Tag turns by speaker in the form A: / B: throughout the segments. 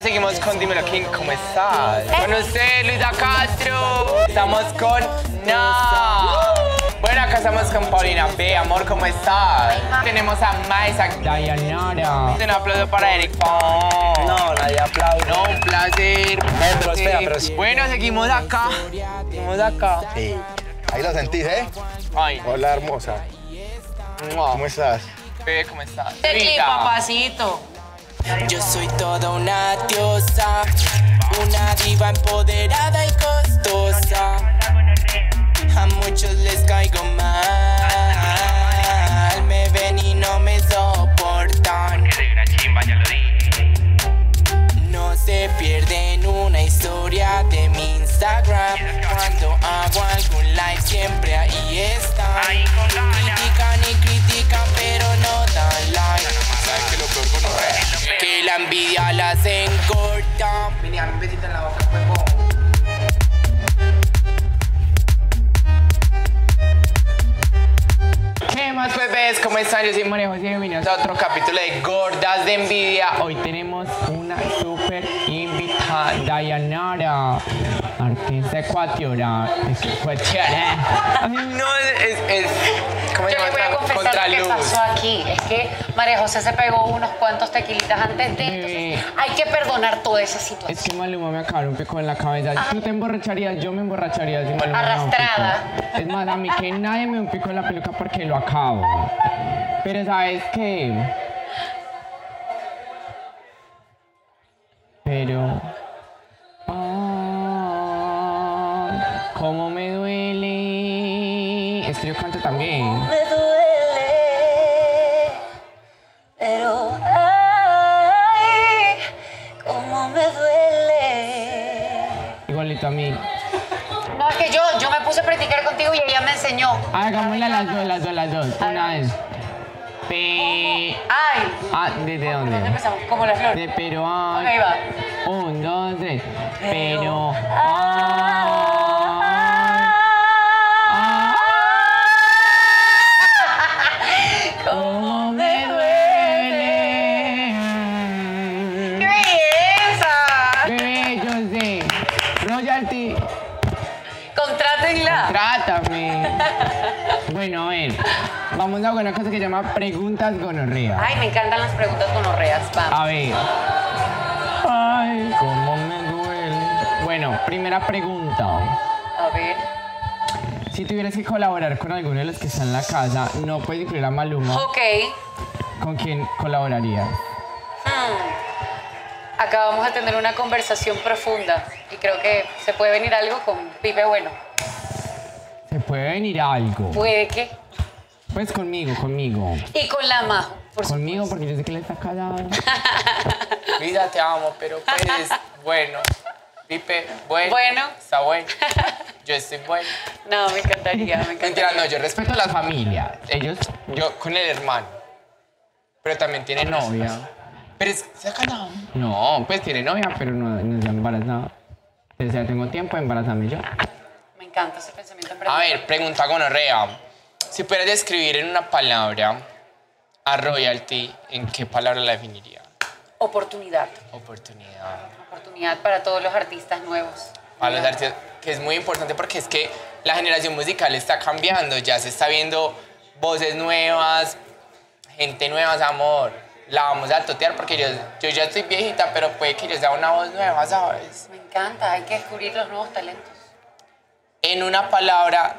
A: seguimos con Dímelo King, ¿cómo estás? Con usted, Luisa Castro. Estamos con Na. Bueno, acá estamos con Paulina B. Amor, ¿cómo estás? Tenemos a Maisa Dayanara. Un aplauso para Eric Pong.
B: No, nadie aplaude.
A: No, un placer.
B: pero espera, pero sí.
A: Bueno, seguimos acá. Seguimos acá.
C: Sí. Ahí lo sentís, ¿eh?
A: Ay,
C: Hola, hermosa.
A: mua.
C: ¿Cómo estás?
A: Bebé, ¿cómo estás?
D: Este clip,
A: Rita.
D: papacito.
E: Yo soy toda una diosa, una diva empoderada y costosa. A muchos les caigo mal, me ven y no me soportan. No se pierden una historia de mi Instagram. Cuando hago algún live siempre ahí están. Critican y critican pero no dan like. ¿Sabes qué es lo peor con nosotros? Que la envidia las encorta.
A: Vení, dame un besito en la boca, huevo. ¿Qué más, bebés? ¿Cómo están? Yo soy María José y bienvenidos a otro capítulo de Gordas de Envidia. Hoy tenemos una super invitada, Dayanara, artista ecuatoriana. ecuatoriana. Ay, No, es, es, ¿cómo se
D: Yo les voy a
A: llama?
D: confesar lo que pasó aquí. Es que María José se pegó unos cuantos tequilitas antes de. Entonces,
A: Sí.
D: hay que perdonar toda esa situación.
A: Es que Maluma me acabó un pico en la cabeza. Tú te emborracharías, yo me emborracharía si Maluma me da un pico.
D: Arrastrada.
A: Es más, a mí que nadie me dé un pico en la peluca porque lo acabo. Pero ¿sabes qué? Pero... Ah, ¿Cómo me duele? Es que yo canto también.
F: me duele, pero ay, cómo me duele.
A: Igualito a mí.
D: No, es que yo, yo me puse a practicar contigo y ella me enseñó.
A: Hagámosla las dos, las dos, las dos. Una vez. Pe...
D: Ay.
A: Ah, ¿desde dónde?
D: ¿Dónde empezamos? Como la flor.
A: De pero ay.
D: Ahí va.
A: Un, dos, tres. Pero ay.
F: Ay,
A: Cómo me duele.
D: ¡Qué belleza!
A: Bebé, yo sé. Royalty,
D: Contrátenla.
A: trátame. Bueno, a ver. Vamos a una cosa que se llama preguntas gonorrea.
D: Ay, me encantan las preguntas gonorreas. Vamos.
A: A ver. Ay, cómo me duele. Bueno, primera pregunta.
D: A ver.
A: Si tuvieras que colaborar con alguno de los que están en la casa, no puedes incluir a Maluma,
D: Ok.
A: ¿con quién colaborarías?
D: Hmm. Acabamos de tener una conversación profunda y creo que se puede venir algo con Pipe Bueno.
A: Se puede venir algo.
D: Puede que.
A: Pues conmigo, conmigo.
D: Y con la Majo. Por su-
A: Conmigo, porque yo sé que le está callado.
B: Mira, te amo, pero pues, bueno. Pipe, bueno.
D: Bueno.
B: Está bueno. Yo estoy bueno.
D: No, me encantaría, me encantaría.
B: Mentira, no, yo
A: Respeto
B: respeto
A: a las familias. Ellos,
B: yo con el hermano. Pero también tiene
A: novia.
B: novia. Pero es, se ha calado.
A: No, pues tiene novia, pero no, no está embarazada. O sea, tengo tiempo, embarazame yo.
D: Me encanta ese pensamiento. en verdad.
B: A ver, pregunta gonorrea. Si pudieras describir en una palabra a royalty, ¿en qué palabra la definiría?
D: Oportunidad.
B: Oportunidad.
D: Oportunidad para todos los artistas nuevos.
B: A los artistas, que es muy importante porque es que la generación musical está cambiando, ya se está viendo voces nuevas, gente nueva, amor. La vamos a totear porque yo, yo ya estoy viejita, pero puede que yo sea una voz nueva, ¿sabes?
D: Me encanta, hay que descubrir los nuevos talentos.
B: En una palabra,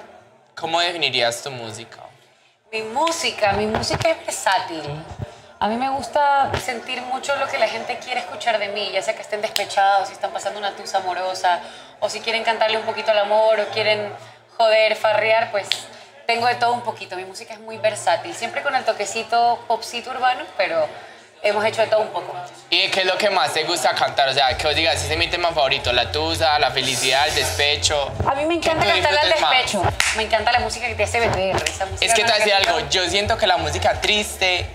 B: ¿cómo definirías tu música?
D: Mi música, mi música es versátil. A mí me gusta sentir mucho lo que la gente quiere escuchar de mí, ya sea que estén despechados, si están pasando una tusa amorosa, o si quieren cantarle un poquito al amor, o quieren joder, farrear, pues tengo de todo un poquito. Mi música es muy versátil, siempre con el toquecito popcito urbano, pero hemos hecho de todo un poco.
B: ¿Y qué es lo que más te gusta cantar? O sea, que os digas, ese es mi tema favorito, la tusa, la felicidad, el despecho.
D: A mí me encanta
B: ¿Qué tú
D: cantar al
B: disfrutas más?
D: despecho, me encanta la música que te hace beber. Esa música
B: Es que te voy a decir
D: energética.
B: algo, yo siento que la música triste,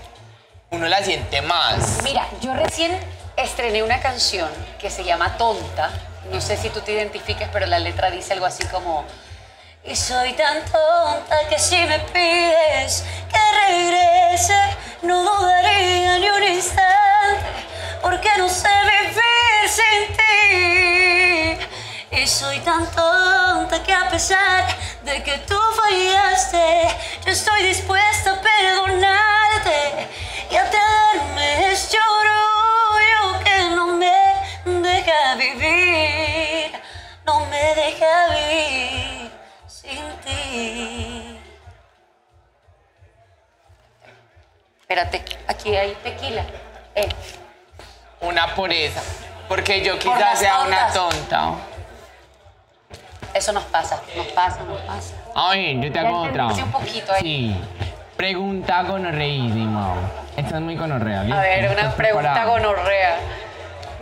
B: uno la siente más.
D: Mira, yo recién estrené una canción que se llama Tonta. No sé si tú te identifiques, pero la letra dice algo así como...
F: Y soy tan tonta que si me pides que regrese, no dudaría ni un instante, porque no sé vivir sin pesar de que tú fallaste, yo estoy dispuesta a perdonarte y a darme este orgullo que no me deja vivir, no me deja vivir sin ti.
G: Espérate, aquí hay tequila. Eh,
A: Una pureza. Porque yo
G: Por
A: quizás
G: las
A: sea una
G: tontas.
A: tonta.
G: eso nos pasa, nos pasa, nos pasa.
D: A ver, yo te hago
G: Ya
D: otra.
G: entendí un poquito eh. ahí.
D: Sí. Pregunta gonorreísima. Esta es muy gonorrea.
G: A
D: ¿listo?
G: ver, una
D: ¿Estás
G: pregunta
D: preparada?
G: gonorrea.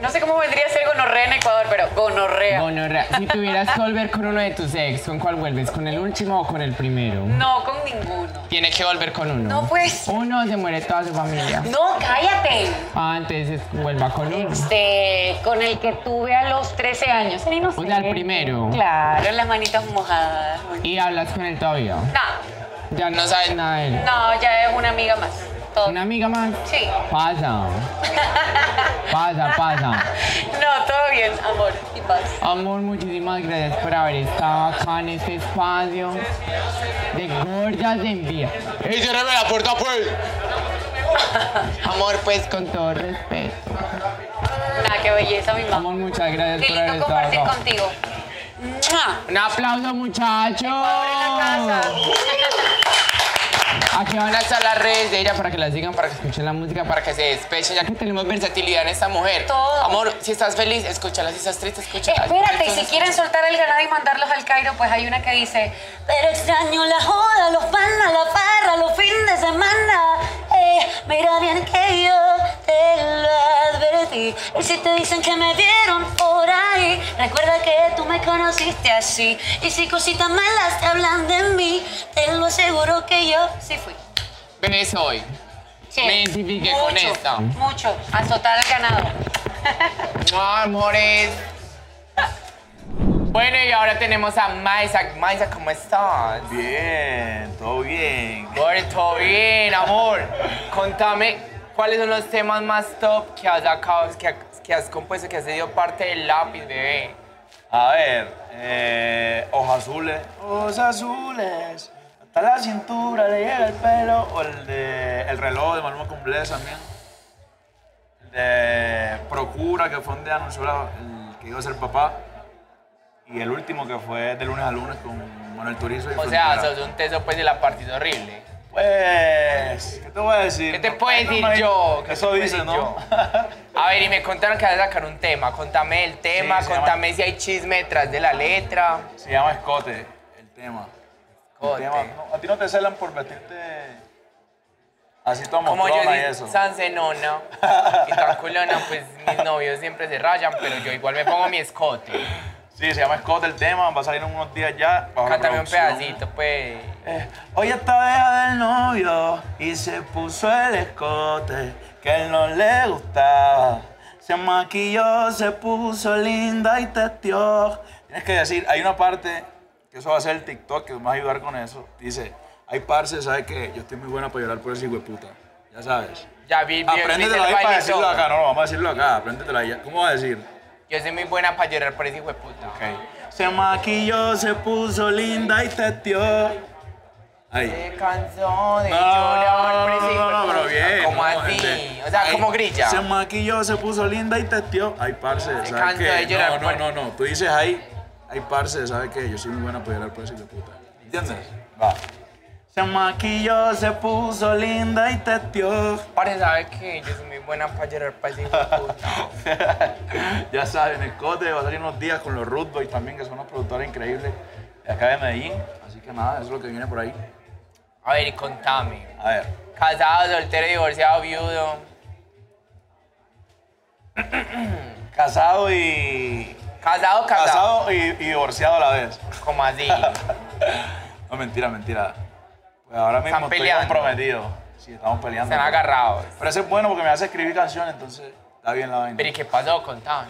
G: No sé cómo vendría a ser gonorrea en Ecuador, pero gonorrea.
D: Gonorrea. Si tuvieras que volver con uno de tus ex, ¿con cuál vuelves? ¿Con el último o con el primero?
G: no, con ninguno.
D: Tiene que volver con uno.
G: No, pues.
D: Uno se muere toda su familia.
G: No, cállate.
D: Ah, entonces vuelva con uno.
G: Este, con el que tuve a los 13 años. Era
D: O
G: inocente.
D: sea, el primero.
G: Claro, las manitas mojadas.
D: Y hablas con él todavía.
G: No,
D: Ya Pues no sabes nada de él.
G: no, ya es una amiga más. Todo.
D: ¿Una amiga más?
G: Sí.
D: Pasa. Pasa, pasa.
G: No, todo bien, amor y paz.
D: Amor, muchísimas gracias por haber estado acá en este espacio de gordas de envía.
A: ¡Y ciérreme la puerta, pues! Amor, pues,
D: Con todo respeto.
G: Nada, qué belleza, mi mamá.
D: Amor, muchas gracias
G: Qué
D: por haber
G: lindo
D: estado
G: compartir
D: acá.
G: contigo.
A: Ah.
G: ¡Mua!
D: Un aplauso, muchachos.
G: Abre la casa.
D: Aquí van a estar las redes de ella para que la sigan, para que escuchen la música, para
A: para que se despeche, ya que tenemos versatilidad en esta mujer.
G: Todo.
A: Amor, si estás feliz, escúchala. Si estás triste, escúchala.
G: Espérate, y si quieren soltar el ganado y mandarlos al Cairo, pues hay una que dice,
F: Pero extraño la joda, los panas, la parra, los fines de semana. Eh, mira bien que yo te lo advertí. Y si te dicen que me vieron por ahí, recuerda que tú me conociste así. Y si cositas malas te hablan de mí, te lo aseguro que yo sí fui.
A: Ves hoy.
G: sí,
A: Me identifiqué con
G: mucho,
A: esta.
G: Mucho, a soltar el ganado.
A: ¡Mua, amores. Bueno, y ahora tenemos a Maisa. Maisa, ¿cómo estás?
C: Bien, todo bien.
A: Amor, todo bien, amor. Contame, ¿cuáles son los temas más top que has sacado, que, que has compuesto, que has sido parte del lápiz, bebé?
H: A ver, eh, hojas azules. Hojas azules. Hasta la cintura le llega el pelo. O el de El reloj de Malmo Cumbles también. El de Procura, que fue donde anunció la- el que iba a ser papá. Y el último que fue de lunes a lunes con Manuel Turizo. y
A: O sea,
H: Frontera.
A: sos un teso pues de la partida horrible.
H: Pues, ¿qué te voy a decir?
A: ¿Qué te puedo
H: Bueno,
A: decir
H: ma-
A: yo? ¿Qué te
H: Eso
A: puedo
H: dice,
A: decir
H: ¿no?
A: yo? A ver, y me contaron que vas a sacar un tema. Contame el tema,
H: se llama-
A: contame si hay chisme detrás de la letra.
H: Se llama escote el tema. El
A: Escote.
H: tema, no, a ti no te celan por vestirte así tomo
A: Como yo
H: y
A: soy
H: eso.
A: san zenona y tan culona, pues mis novios siempre se rayan, pero yo igual me pongo mi escote.
H: Sí, se llama escote el tema, va a salir en unos días ya. bajo la
A: Cántame un
H: producción.
A: pedacito, pues.
H: Eh, hoy está deja del novio y se puso el escote que a él no le gustaba. Se maquilló, se puso linda y testió. Tienes que decir, hay una parte, que eso va a ser el TikTok, que me va a ayudar con eso. Dice, hay parce, ¿sabes qué? Yo estoy muy buena para llorar por ese hijo de puta. Ya sabes.
A: Ya vi, vi, vi
H: Apréndetelo ahí para decirlo
A: bailito.
H: acá, no, vamos a decirlo acá, apréndetelo ahí. ¿Cómo va a decir?
A: Yo soy muy buena para llorar por ese hijo de puta.
H: Se maquilló, se puso linda y testió. Ahí.
A: Se cansó de
H: No,
A: llorar por ese hijo
H: no,
A: de
H: no,
A: puta.
H: pero bien.
A: Como
H: no,
A: así,
H: gente. Eh.
A: o sea,
H: Ahí.
A: como grilla.
H: Se maquilló, se puso linda y testió. Ay, parce, ¿sabes
A: cansó
H: qué?
A: de llorar pues.
H: no,
A: por-
H: no, no, no. Tú dices ahí, ay, parce, ¿sabes qué? Yo soy muy buena para llorar por ese hijo de puta. ¿Entiendes? Va. Se maquilló, se puso linda y testió.
A: Parce, ¿sabe que Yo soy muy buena para llorar para ese hijo de puta.
H: ya saben, el Cote va a salir unos días con los Root Boys también, que son unos productores increíbles de acá de Medellín. Así que nada, eso es lo que viene por ahí.
A: A ver, contame.
H: A ver.
A: Casado, soltero, divorciado, viudo.
H: Casado y.
A: Casado, casado.
H: Casado y, y divorciado a la vez.
A: Como así.
H: No, mentira, mentira. Pues ahora mismo
A: Están
H: estoy
A: peleando.
H: comprometido. Sí, estamos peleando.
A: Están agarrados.
H: Pero ese es bueno porque me hace escribir canciones, entonces está bien la vaina.
A: Pero ¿y qué pasó? Contame.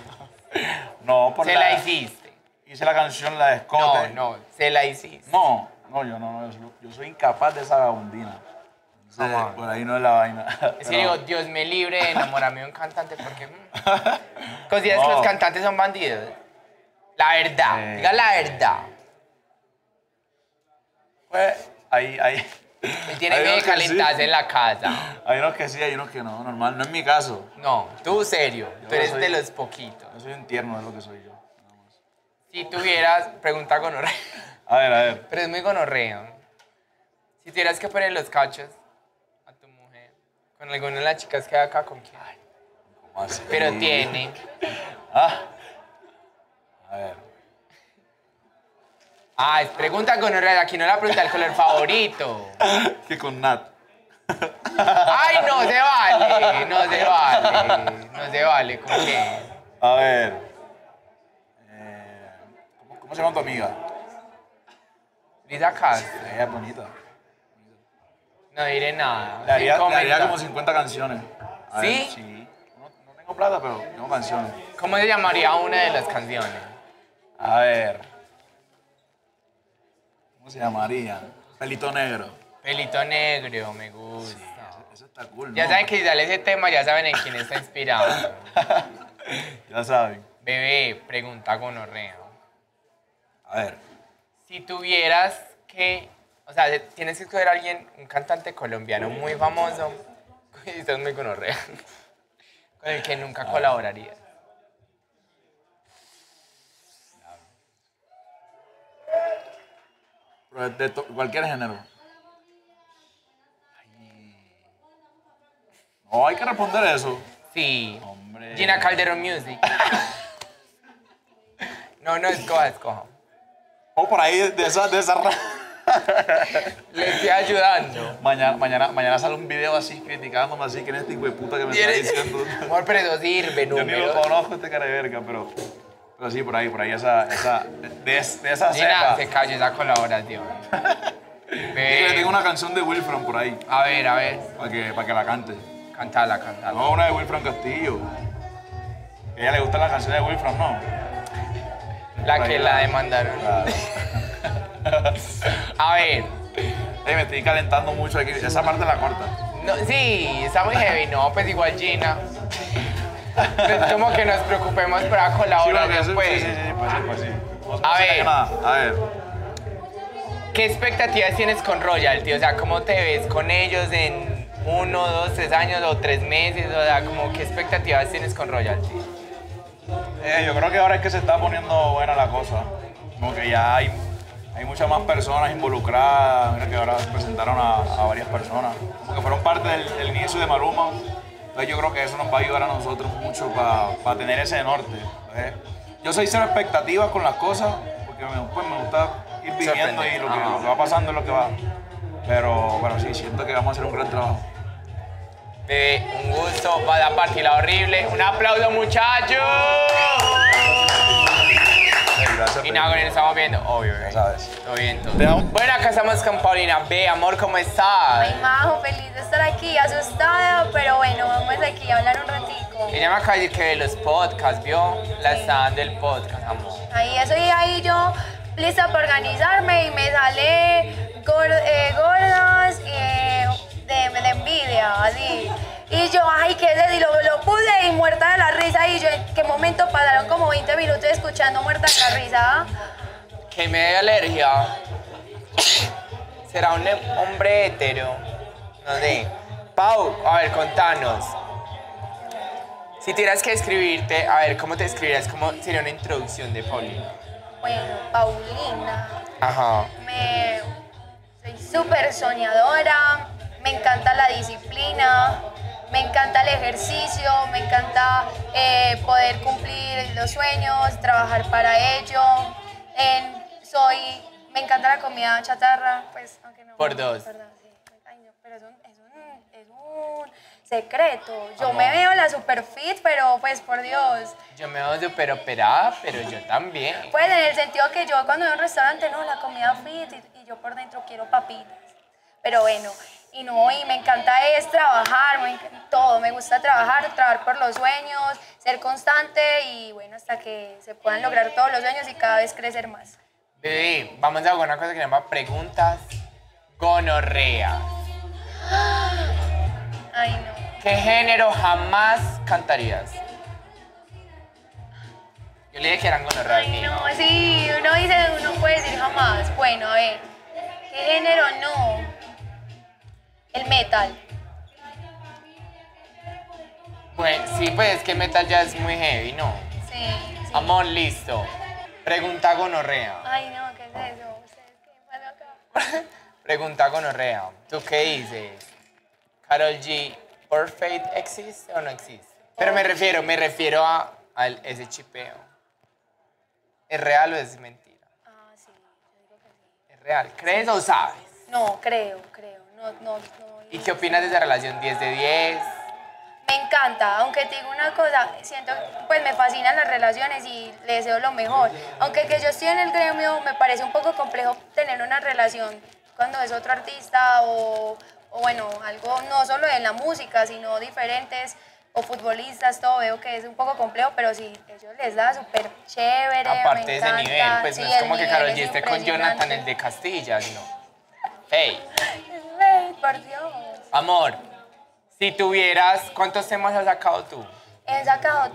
H: No, por
A: Se la hiciste.
H: Hice la canción, la de
A: No,
H: Escote.
A: no, se la hiciste.
H: No, no, yo no, no, yo soy, yo soy incapaz de esa vagabundina. Entonces,
A: Ajá.
H: por ahí no es la vaina.
A: Es que
H: Pero-
A: digo, Dios me libre de enamorarme de un cantante porque. mm, ¿Consideras que
H: No.
A: los cantantes son bandidos? La verdad,
H: Eh.
A: diga la verdad.
H: Pues ahí, ahí.
A: Él tiene
H: Hay
A: miedo de
H: unos que sí.
A: calentarse en la casa.
H: Hay unos que sí, hay unos que no, normal, no es mi caso.
A: No, tú serio. Tú
H: Yo
A: eres
H: soy-
A: de los poquitos.
H: Yo soy un tierno, es lo que soy yo. nada más.
A: Si tuvieras, pregunta gonorrea.
H: A ver, a ver.
A: Pero es muy gonorrea. Si tuvieras que poner los cachos a tu mujer con alguna de las chicas que hay acá, ¿con quién?
H: ¿cómo así?
A: Pero tiene.
H: Ah. A ver.
A: Ah, es pregunta gonorrea. Aquí no la pregunta el color favorito.
H: Que con Nat.
A: Ay, no se vale. No se vale. No se vale. ¿Con quién?
H: A ver. Eh, ¿cómo, cómo se llama tu amiga?
A: Lisa Castro.
H: Ella es bonita.
A: No diré nada.
H: Le haría,
A: Sin
H: le haría
A: comentar.
H: como 50 canciones. A ver,
A: ¿Sí?
H: sí. No, no tengo plata, pero tengo canciones.
A: ¿Cómo se llamaría una de las canciones?
H: A ver. ¿Cómo se llamaría? Pelito negro.
A: Pelito negro, me gusta.
H: Eso, eso está cool.
A: Ya
H: ¿no?
A: saben que sale ese tema, ya saben en quién está inspirado.
H: ya saben.
A: Bebé, pregunta gonorrea.
H: A ver.
A: Si tuvieras que, o sea, tienes que escoger a alguien, un cantante colombiano muy famoso, y estás muy gonorrea, con el que nunca colaborarías.
H: Pero de to- cualquier género. Ay. No hay que responder eso.
A: Sí.
H: Hombre.
A: Gina Calderón Music. No, no, escoja, escoja.
H: O Oh, por ahí de esa, de esa ra-
A: Le estoy ayudando.
H: mañana, mañana, mañana sale un video así criticándome así que es este hijo de puta que me está diciendo.
A: Amor, pero eso sirve,
H: Yo ni lo
A: número.
H: conozco este cara de verga, pero. Pero sí, por ahí, por ahí esa. esa de, es- de esa
A: Gina,
H: cepa.
A: se cayó esa colaboración.
H: Yo le
A: Ve,
H: tengo una canción de Wilfran por ahí,
A: A ver, a ver.
H: para que, para que la cante.
A: Cantala, cantala.
H: No, una de Wilfran Castillo. A ella le gustan las canciones de Wilfran, ¿no?
A: La que la demandaron.
H: Claro.
A: A ver.
H: Ey, me estoy calentando mucho aquí. Esa parte la corta.
A: No, sí, está muy heavy. No, pues igual Gina. No Es como Pues, que nos preocupemos por la
H: porque
A: colaboración,
H: eso-
A: pues.
H: sí, sí, sí, pues sí, pues sí. No se
A: A
H: saca
A: ver.
H: nada. A ver.
A: ¿Qué expectativas tienes con Royalty? O sea, ¿cómo te ves con ellos en uno, dos, tres años o tres meses? O sea, como ¿qué expectativas tienes con Royalty?
H: Eh, yo creo que ahora es que se está poniendo buena la cosa. Como que ya hay, hay muchas más personas involucradas. Mira que ahora presentaron a, a varias personas. Como que fueron parte del, del inicio de Maluma. Entonces yo creo que eso nos va a ayudar a nosotros mucho para tener ese norte. Entonces, yo soy cero expectativas con las cosas porque me, pues, me gusta ir viviendo y lo que, lo que va pasando es lo que va. Pero bueno, sí, siento que vamos a hacer un gran trabajo.
A: Bebé, un gusto, va a dar partida horrible. Un aplauso, muchachos.
H: Ey, gracias.
A: Y nada, con él estamos viendo. Obvio,
H: Ya
A: bebé.
H: sabes.
A: Todo bien, todo
H: Te amo.
A: bien. Bueno, acá estamos con Paulina. Ve, amor, ¿cómo estás?
I: Ay, Majo, feliz de estar aquí, asustada, pero bueno, vamos aquí a hablar un ratico.
A: Ella me acaba de decir que ve los podcasts, ¿vio? La está dando el podcast, amor.
I: Ahí estoy ahí yo lista para organizarme y me sale gor- eh, gordas eh, de, de envidia, así. Y yo, ay, qué es eso? y lo, lo puse y muerta de la risa. Y yo, ¿en qué momento pasaron como 20 minutos escuchando muerta de la risa?
A: Que me dé alergia. Será un he- hombre hetero. No sé. Pau, a ver, contanos. Si tuvieras que escribirte, a ver, ¿cómo te escribirías? ¿Cómo sería una introducción de Paulina?
I: Bueno, Paulina.
A: Ajá.
I: Me, soy súper soñadora, me encanta la disciplina, me encanta el ejercicio, me encanta eh, poder cumplir los sueños, trabajar para ello. En- soy, me encanta la comida chatarra, pues aunque no.
A: Por dos.
I: perdón, sí. Ay, no, pero es un, es un- es un secreto. Yo me veo en la super fit, pero pues por Dios.
A: Yo me veo súper operada, pero yo también.
I: Pues en el sentido que yo cuando voy a un restaurante, no, la comida fit y, y yo por dentro quiero papitas. Pero bueno, y no, y me encanta es trabajar, me enc- todo, me gusta trabajar, trabajar por los sueños, ser constante y bueno, hasta que se puedan lograr todos los sueños y cada vez crecer más.
A: Bebé, vamos a una cosa que se llama preguntas gonorrea.
I: Ay, no.
A: ¿Qué género jamás cantarías? Yo le dije que eran gonorrea.
I: Ay, no, sí, uno dice, uno puede decir jamás. Bueno, a ver, ¿Qué género no? El metal.
A: Pues sí, pues es que el metal ya es muy heavy, ¿no?
I: Sí. sí.
A: Amor, listo. Pregunta gonorrea.
I: Ay, no, ¿qué es eso? Ustedes qué van acá.
A: Pregunta gonorrea. ¿Tú qué dices? Carol G, ¿por Faith existe o no existe? Pero me refiero, me refiero a, a el- ese chipeo. ¿Es real o es mentira?
I: Ah, sí, yo digo que sí.
A: ¿Es real? ¿Crees o sabes?
I: No, creo, creo. No, no, no.
A: ¿Y qué opinas de esa relación 10 de 10?
I: Me encanta, aunque te digo una cosa, siento, pues me fascinan las relaciones y le deseo lo mejor. Aunque que yo estoy en el gremio, me parece un poco complejo tener una relación cuando es otro artista o, o bueno, algo no solo en la música, sino diferentes o futbolistas, todo veo que es un poco complejo, pero sí, ellos les da súper chévere. me
A: Aparte de ese
I: encanta,
A: nivel, pues no
I: sí,
A: es
I: el
A: como que
I: nivel
A: Carol
I: es
A: G esté con Jonathan, el
I: impresionante.
A: de Castilla, no. Hey,
I: Güey, por Dios.
A: amor, si tuvieras, ¿cuántos temas has sacado tú?
I: He sacado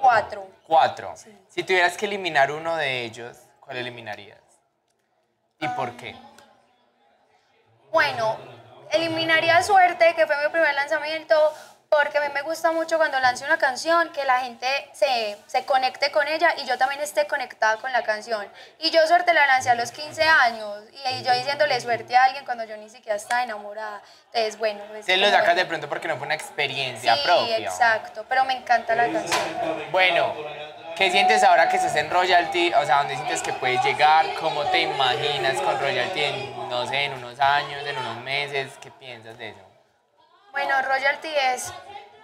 I: cuatro.
A: Cuatro. Si tuvieras que eliminar uno de ellos, ¿cuál eliminarías? ¿Y por qué?
I: Bueno, eliminaría Suerte, que fue mi primer lanzamiento, porque a mí me gusta mucho cuando lanzo una canción que la gente se, se conecte con ella y yo también esté conectada con la canción. Y yo Suerte la lancé a los 15 años y, ahí yo diciéndole Suerte a alguien cuando yo ni siquiera estaba enamorada. Entonces, bueno. es
A: Se lo
I: como-
A: sacas de pronto porque no fue una experiencia
I: Sí,
A: propia.
I: exacto, pero me encanta la canción.
A: Bueno, ¿qué sientes ahora que estás en Royalty? O sea, ¿dónde sientes que puedes llegar? ¿Cómo te imaginas con Royalty en, no sé, en unos años, en unos meses? ¿Qué piensas de eso?
I: Bueno, royalty es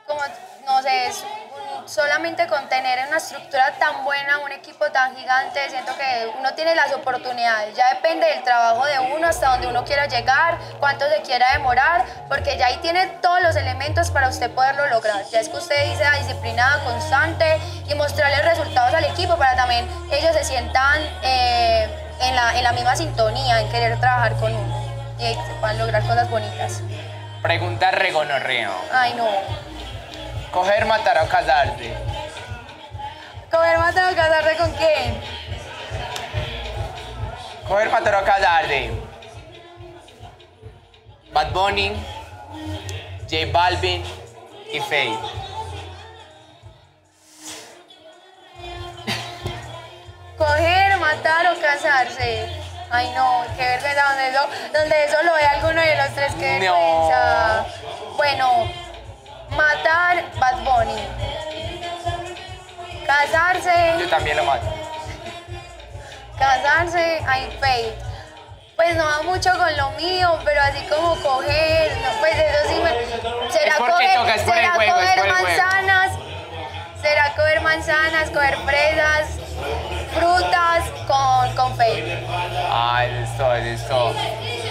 I: como, no sé, es un- solamente con tener una estructura tan buena, un equipo tan gigante, siento que uno tiene las oportunidades. Ya depende del trabajo de uno, hasta donde uno quiera llegar, cuánto se quiera demorar, porque ya ahí tiene todos los elementos para usted poderlo lograr. Ya es que usted dice ah, disciplinada, constante y mostrarle resultados al equipo para también ellos se sientan eh, en, la, en la misma sintonía, en querer trabajar con uno y que se puedan lograr cosas bonitas.
A: Pregunta regonorreo.
I: Ay, no.
A: Coger, matar o casarte.
I: ¿Comer matado o casarte con quién?
A: Coger, matar o casarte. Bad Bunny, J Balvin y Faith.
I: Coger, matar o casarse. Ay no, qué vergüenza donde eso, donde eso lo ve alguno de los tres, qué
A: No.
I: vergüenza. Bueno, matar Bad Bunny.
A: Yo
I: Casarse,
A: también lo mato.
I: casarse, ay Faith. Pues no va mucho con lo mío, pero así como coger, no, pues eso sí me. Será
A: porque
I: coger,
A: toca, es por el
I: será
A: juego, es
I: coger
A: por el juego.
I: manzanas, será coger manzanas, coger fresas, frutas con, con Faith.
A: Ah, eso es todo, eso es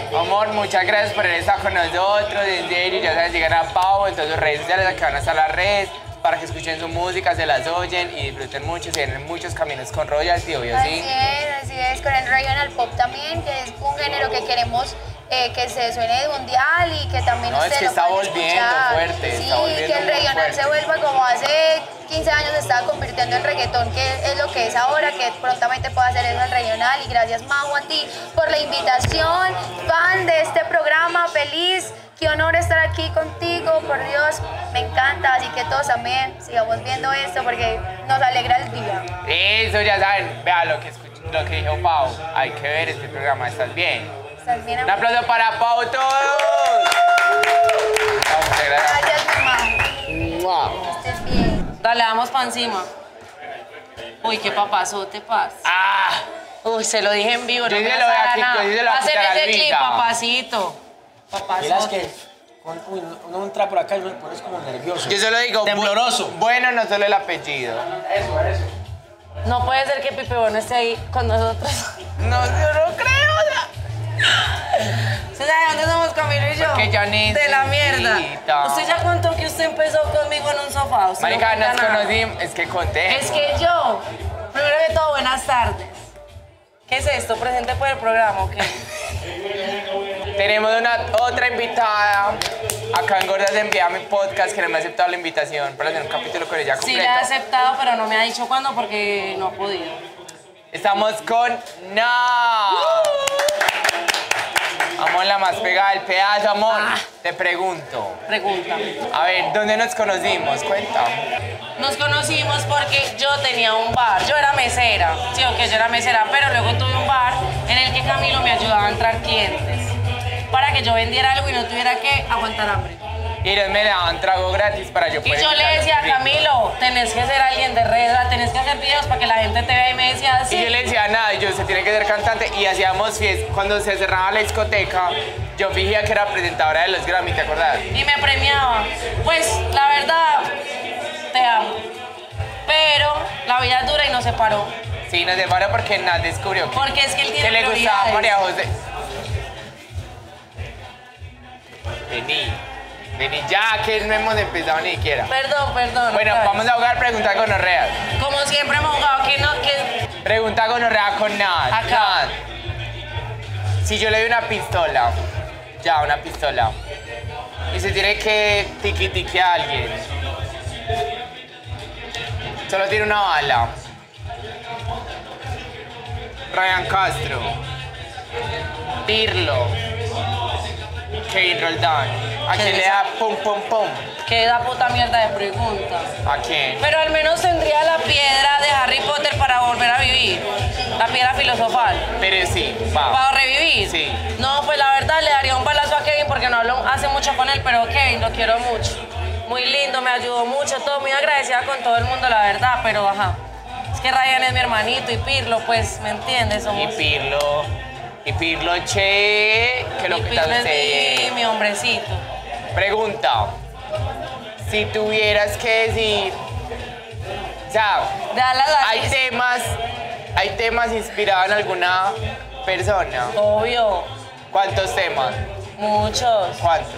A: todo. Amor, muchas gracias por haber estado con nosotros. En serio, ya sabes, llegar a Pau, entonces sus redes sociales, aquí van a estar las redes, para que escuchen su música, se las oyen y disfruten mucho. Se vienen muchos caminos con royalty, obvio,
I: Así
A: sí.
I: es, así es, con el regional pop también, que es un género que queremos eh, que se suene mundial y que también
A: No, es
I: ustedes
A: que
I: lo
A: está
I: puedan
A: volviendo
I: escuchar.
A: fuerte,
I: Sí,
A: está volviendo
I: que el
A: muy
I: regional
A: fuerte.
I: se vuelva como hace 15 años se estaba convirtiendo en reggaetón, que es lo que es ahora, que prontamente pueda hacer eso el regional. Y gracias, Mau, a ti por la invitación, fan de este programa, feliz. Qué honor estar aquí contigo, por Dios, me encanta, así que todos también sigamos viendo esto porque nos alegra el día.
A: Eso, ya saben. Vea lo que, escuch- lo que dijo Pau. Hay que ver este programa, ¿estás bien?
I: Estás bien,
A: Un
I: amor.
A: aplauso para Pau todos. Ah, muchas gracias.
I: Gracias, mamá. Que estés bien.
G: Dale, vamos pa' encima. Uy, qué papazote, paz.
A: Ah,
G: Uy, se lo dije en vivo, no
A: Yo
G: me
A: se lo voy a
G: vas a dar
A: qui-
G: nada.
A: yo se lo voy a
G: Páseme
A: quitar
G: ese
A: al
G: clip,
A: Vita.
G: papacito.
J: Verás
G: Papazote.
J: que con- uy, uno entra por acá y uno se pone como nervioso.
A: yo solo digo. bu-
J: Tembloroso.
A: Bueno, no solo el apellido.
G: No puede ser que Pipe Bueno esté ahí con nosotros.
A: No, yo no creo. o sea,
G: ¿Usted sabe dónde somos Camilo y yo?
A: Porque yo
G: De la mierda.
A: necesito.
G: Usted ya contó que usted empezó conmigo en un sofá. usted no
A: Marica,
G: cuenta
A: nos
G: nada.
A: conocimos. Es que conté.
G: Es que yo, primero que todo, buenas tardes. ¿Qué es esto? Presente por el programa, ¿ok?
A: Tenemos una, otra invitada acá en Gordas de Enviar mi podcast que no me ha aceptado la invitación para hacer un capítulo con ella
G: Sí,
A: completo.
G: la he aceptado, pero no me ha dicho cuándo porque no ha podido.
A: Estamos con Na. Amor, la más pegada del pedazo, amor. Te pregunto.
G: Ah. Pregunta.
A: A ver, ¿dónde nos conocimos? Cuenta.
G: Nos conocimos porque yo tenía un bar. Yo era mesera, sí, ok, yo era mesera, pero luego tuve un bar en el que Camilo me ayudaba a entrar clientes para que yo vendiera algo y no tuviera que aguantar hambre.
A: Y ellos me daban trago gratis para yo
G: Y
A: poder
G: yo le
A: invitar a los
G: decía,
A: clientes.
G: Camilo, tenés que ser alguien de red, o sea, tenés que hacer videos para que la gente te vea y me decía, sí.
A: Y yo le decía, nada, yo se tiene que ser cantante. Y hacíamos fiestas. Cuando se cerraba la discoteca, yo fingía que era presentadora de los Grammy, ¿te acordás?
G: y me premiaba. Pues la verdad, te amo. Pero la vida es dura y nos separó.
A: Sí, nos separó porque Nat descubrió que,
G: Porque es que él tiene
A: que le gustaba a
G: prioridades.
A: María José. Vení, vení ya, que no hemos empezado ni siquiera.
G: Perdón, perdón.
A: Bueno,
G: otra vez.
A: vamos a jugar pregunta con Orreas.
G: Como siempre hemos jugado, que no, que...
A: Pregunta con Orrea con Nat.
G: Acá.
A: Nat, Si yo le doy una pistola, ya, una pistola, y se tiene que tiqui tiqui a alguien, solo tiene una bala. Ryan Castro, Pirlo, Kevin Roldán. ¿A
G: ¿Qué
A: quién le
G: dice?
A: da pum pum pum?
G: Que da puta mierda de pregunta.
A: ¿A quién?
G: Pero al menos tendría la piedra de Harry Potter para volver a vivir. La piedra filosofal.
A: Pero sí, va.
G: Para revivir.
A: Sí.
G: No, pues la verdad le daría un balazo a Kevin porque no hablo hace mucho con él, pero Kevin lo quiero mucho. Muy lindo, me ayudó mucho, todo muy agradecida con todo el mundo, la verdad, pero ajá. Es que Ryan es mi hermanito y Pirlo, pues, ¿me entiendes?
A: Y
G: Somos...
A: Pirlo, y Pirlo che, que lo
G: y
A: que
G: Pirlo
A: está
G: es
A: usted.
G: mi, mi hombrecito.
A: Pregunta. Si tuvieras que decir. O sea,
G: De alas a
A: hay temas. Hay temas inspirados en alguna persona.
G: Obvio,
A: ¿Cuántos temas?
G: muchos.
A: ¿Cuántos?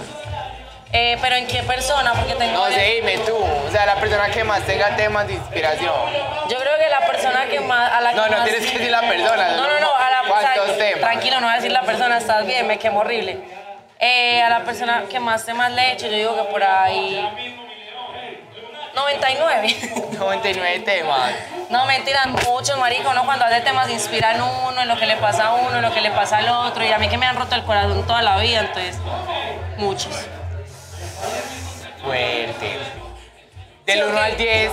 G: Eh, pero ¿en qué persona? Porque tengo...
A: No
G: varias-
A: sé, dime tú. O sea, la persona que más tenga temas de inspiración.
G: Yo creo que la persona que más. A la
A: No,
G: que
A: no
G: más-
A: tienes que decir la persona,
G: No, no, no. A la,
A: ¿Cuántos
G: o sea,
A: temas?
G: Tranquilo, no voy a decir la persona, estás bien, me quemo horrible. Eh, a la persona que más temas le he hecho, yo digo que por ahí. 99.
A: 99 temas.
G: No, mentiras, muchos, marico. Uno cuando hace temas inspiran uno, en lo que le pasa a uno, en lo que le pasa al otro. Y a mí que me han roto el corazón toda la vida, entonces, muchos.
A: Fuerte. Del
G: Sí,
A: 1
G: ok.
A: al 10.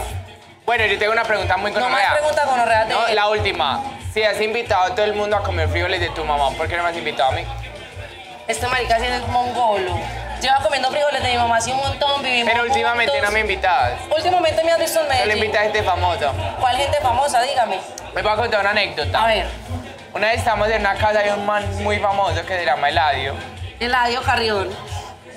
A: Bueno, yo tengo una pregunta muy
G: No más
A: gonorrea.
G: preguntas con Orrea.
A: No, la última. Si has invitado a todo el mundo a comer frijoles de tu mamá, ¿por qué no me has invitado a mí?
G: Este marica sí es mongolo. Lleva comiendo frijoles de mi mamá así un montón, vivimos
A: Pero últimamente
G: juntos.
A: no me invitabas.
G: Últimamente me han visto en
A: Yo le
G: Medellín.
A: invito a gente famosa.
G: ¿Cuál gente famosa? Dígame.
A: Me voy a contar una anécdota.
G: A ver,
A: Una vez estamos en una casa de un man muy famoso que se llama Eladio.
G: Eladio Carrión.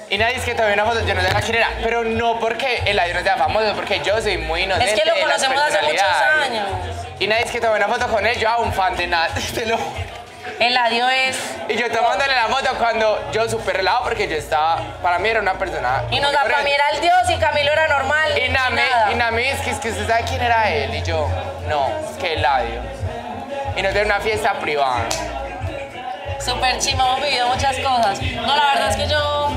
A: Y nadie es que todavía una foto, yo no sé la quién era. Pero no porque Eladio no sea famoso, porque yo soy muy inocente.
G: Es que lo
A: de las
G: conocemos hace muchos
A: personalidades.
G: años.
A: Y nadie es que tomé una foto con él, yo a un fan de nada. te lo juro.
G: Eladio es.
A: Y yo tomándole la foto cuando yo súper relajado porque yo estaba, para mí era una persona.
G: Y nos da para
A: corriente.
G: mirar al Dios y Camilo era normal.
A: Y Nami,
G: nada.
A: y Nami es que, es que usted sabe quién era él. Y yo, no, es que Eladio. Y nos dieron una fiesta privada.
G: Súper chimo, hemos vivido muchas cosas. No, la verdad es que yo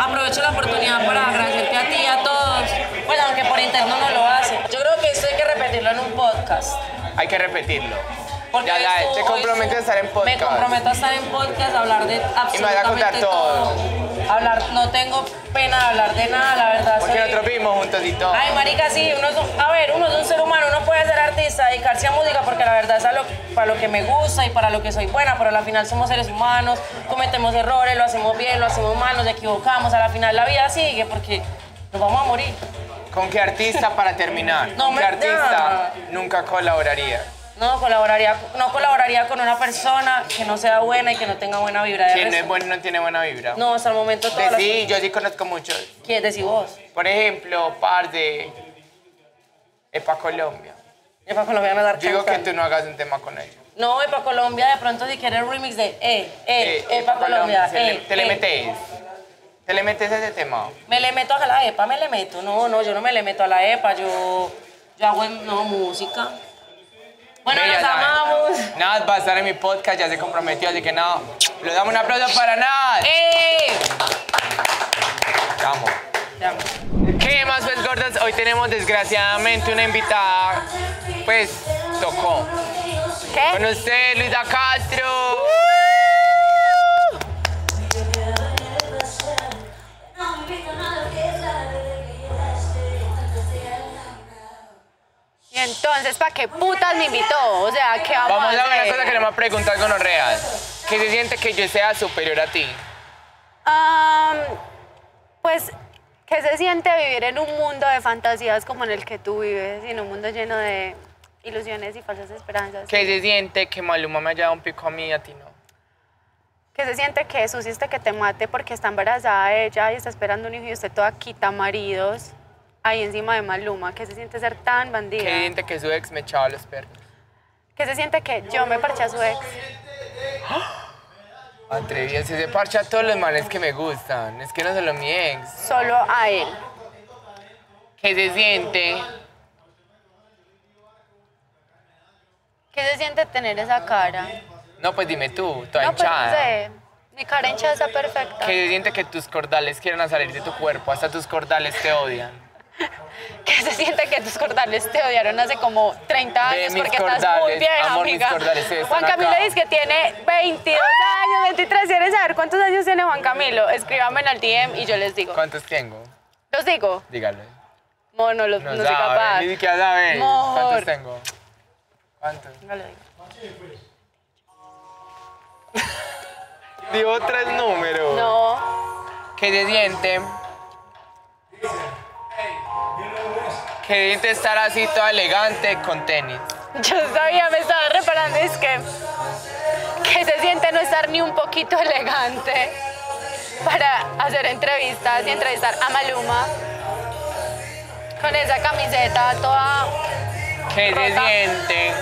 G: aprovecho la oportunidad para agradecerte a ti y a todos. Bueno, aunque por interno no lo hace. Yo creo que esto hay que repetirlo en un podcast.
A: Hay que repetirlo.
G: Porque
A: ya,
G: hoy
A: ya,
G: estuvo-
A: te
G: hoy
A: comprometo
G: estuvo-
A: a estar en podcast.
G: Me comprometo a estar en podcast, a hablar de absolutamente
A: contar todo.
G: Hablar, no tengo pena de hablar de nada, la verdad.
A: Porque
G: soy-
A: nosotros vimos juntos y todo.
G: Ay, marica, sí, uno es un- a ver, uno es un ser humano, uno puede ser artista, dedicarse a música, porque la verdad es a lo- para lo que me gusta y para lo que soy buena, pero al final somos seres humanos, cometemos errores, lo hacemos bien, lo hacemos mal, nos equivocamos, a la final la vida sigue porque nos vamos a morir.
A: ¿Con qué artista para terminar?
G: No
A: ¿Con
G: me-
A: qué artista
G: ya.
A: nunca colaboraría?
G: No colaboraría, no colaboraría con una persona que no sea buena y que no tenga buena vibra de
A: Quien no
G: resto.
A: es bueno no tiene buena vibra.
G: No, hasta el momento todas
A: De
G: las-
A: sí, yo sí conozco muchos.
G: ¿Qué decís vos?
A: Por ejemplo, par de Epa Colombia.
G: Epa Colombia me va a dar
A: Yo digo que
G: chance.
A: tú no hagas un tema con ellos.
G: No, Epa Colombia de pronto si quieres remix de eh, eh,
A: Eh,
G: Epa Colombia,
A: se le-
G: eh,
A: te le
G: eh.
A: metes. Te le metes a ese tema.
G: Me le meto a la EPA, me le meto. No, no, yo no me le meto a la EPA, yo, yo hago em- no, música. Bueno,
A: Bella,
G: nos
A: Nat.
G: amamos.
A: Nat eh. va a estar en mi podcast, ya se comprometió, así que no. Le damos un aplauso para Nat.
G: ¡Eh!
A: Vamos.
G: Te amo.
A: ¿Qué más, pues, gordas? Hoy tenemos desgraciadamente una invitada. Pues, tocó.
I: ¿Qué?
A: Con usted, Luisa Castro.
K: entonces, ¿para qué putas me invitó? O sea, ¿qué vamos,
A: Vamos a ver una
K: hacer?
A: cosa que no me ha preguntado con Orreas. ¿Qué se siente que yo sea superior a ti?
K: Am, pues, ¿qué se siente vivir en un mundo de fantasías como en el que tú vives? Y en un mundo lleno de ilusiones y falsas esperanzas.
A: ¿Qué se siente que Maluma me haya dado un pico a mí y a ti no?
K: ¿Qué se siente que Susi este que te mate porque está embarazada de ella y está esperando un hijo y usted toda quita maridos ahí encima de Maluma? ¿Qué se siente ser tan bandida?
A: ¿Qué se siente que su ex me echaba los perros?
K: ¿Qué se siente que yo me parché a su ex?
A: Atreví a se parcha a todos los males que me gustan. Es que no solo mi ex.
K: Solo a él.
A: ¿Qué se siente?
K: ¿Qué se siente tener esa cara?
A: No, pues dime tú, toda
K: No, pues
A: hinchada.
K: no sé. Mi cara hinchada está perfecta.
A: ¿Qué se siente que tus cordales quieran salir de tu cuerpo? Hasta tus cordales te odian.
K: ¿Qué se siente que tus cordales te odiaron hace como 30
A: Ve
K: años?
A: mis
K: porque estás muy
A: cordales,
K: vieja,
A: amor, mis
K: amiga.
A: cordales están
K: Juan Camilo
A: acá.
K: dice que tiene 22 años, 23. ¿Quieres saber cuántos años tiene Juan Camilo? Escríbanme en el DM y yo les digo.
A: ¿Cuántos tengo?
K: ¿Los digo?
A: Dígalo.
K: No, no, lo-
A: No,
K: no soy
A: sabe,
K: capaz.
A: ni siquiera sabe.
K: Mor.
A: ¿Cuántos tengo? ¿Cuántos?
K: No lo digo.
A: Digo tres números.
K: No.
A: ¿Qué se siente? ¿Qué se siente estar así toda elegante con tenis?
K: Yo sabía, me estaba reparando, es que, que se siente no estar ni un poquito elegante para hacer entrevistas y entrevistar a Maluma con esa camiseta toda...
A: ¿Qué se
K: Rota.
A: siente?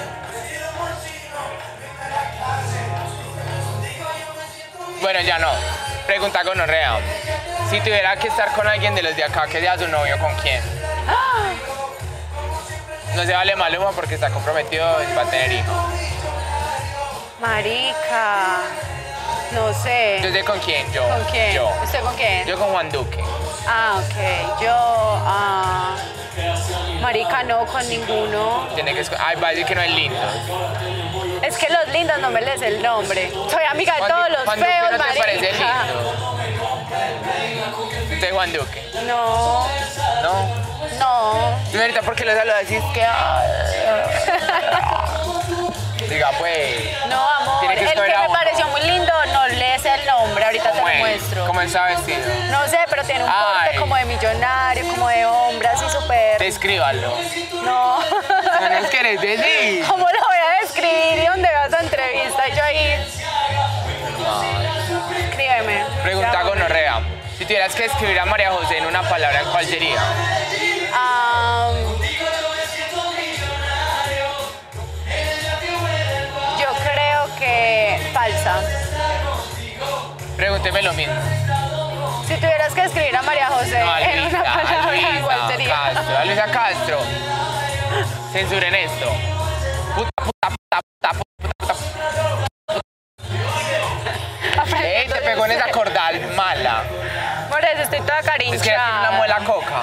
A: Bueno, ya no. Pregunta con Orrea. Si tuviera que estar con alguien de los de acá, que sea su novio, ¿con quién? No se vale Maluma porque está comprometido y va a tener hijos.
K: Marica, no
A: Yo
K: sé.
A: sé con quién, yo.
K: ¿Con quién?
A: Yo.
K: ¿Usted con quién?
A: Yo con Juan Duque.
K: Ah, ok. Yo... ah, marica, no, con ninguno.
A: Tiene que esco- Ay, va a decir que no es lindo.
K: Es que los lindos no me les el nombre. Soy amiga de
A: Juan,
K: todos
A: Du-
K: los
A: Juan Duque
K: feos,
A: no te parece
K: marica.
A: lindo. Usted es Juan Duque,
K: No,
A: ¿no?
K: no.
A: Y ahorita porque lo saludas y es que. ay. Diga, pues.
K: No, amor,
A: Tiene
K: el
A: que
K: que
A: escoger a
K: me
A: uno.
K: pareció muy lindo, no lees el nombre, ahorita te
A: ¿Cómo
K: lo
A: es?
K: muestro.
A: ¿Cómo está vestido?
K: No sé, pero tiene un
A: Ay.
K: porte como de millonario, como de hombre, así súper.
A: Descríbalo.
K: No.
A: No nos querés decir.
K: ¿Cómo lo voy a describir y dónde vas a entrevista? Yo ahí. Escríbeme.
A: Pregunta
K: Llámame.
A: con Orrea. Si tuvieras que escribir a María José en una palabra, ¿cuál sería?
K: Am, yo creo que falsa.
A: Pregúnteme lo mismo.
K: Si tuvieras que escribir a María José
A: No, a
K: en
A: Luisa,
K: una
A: a
K: palabra, ¿cuál
A: Luisa
K: sería?
A: Castro. A Luisa Castro. Censuren esto. Puta, puta, puta, puta, puta, puta, puta. Ey, te pegó en esa cordal mala.
K: Por eso estoy toda carincha.
A: Es que ella tiene una muela coca.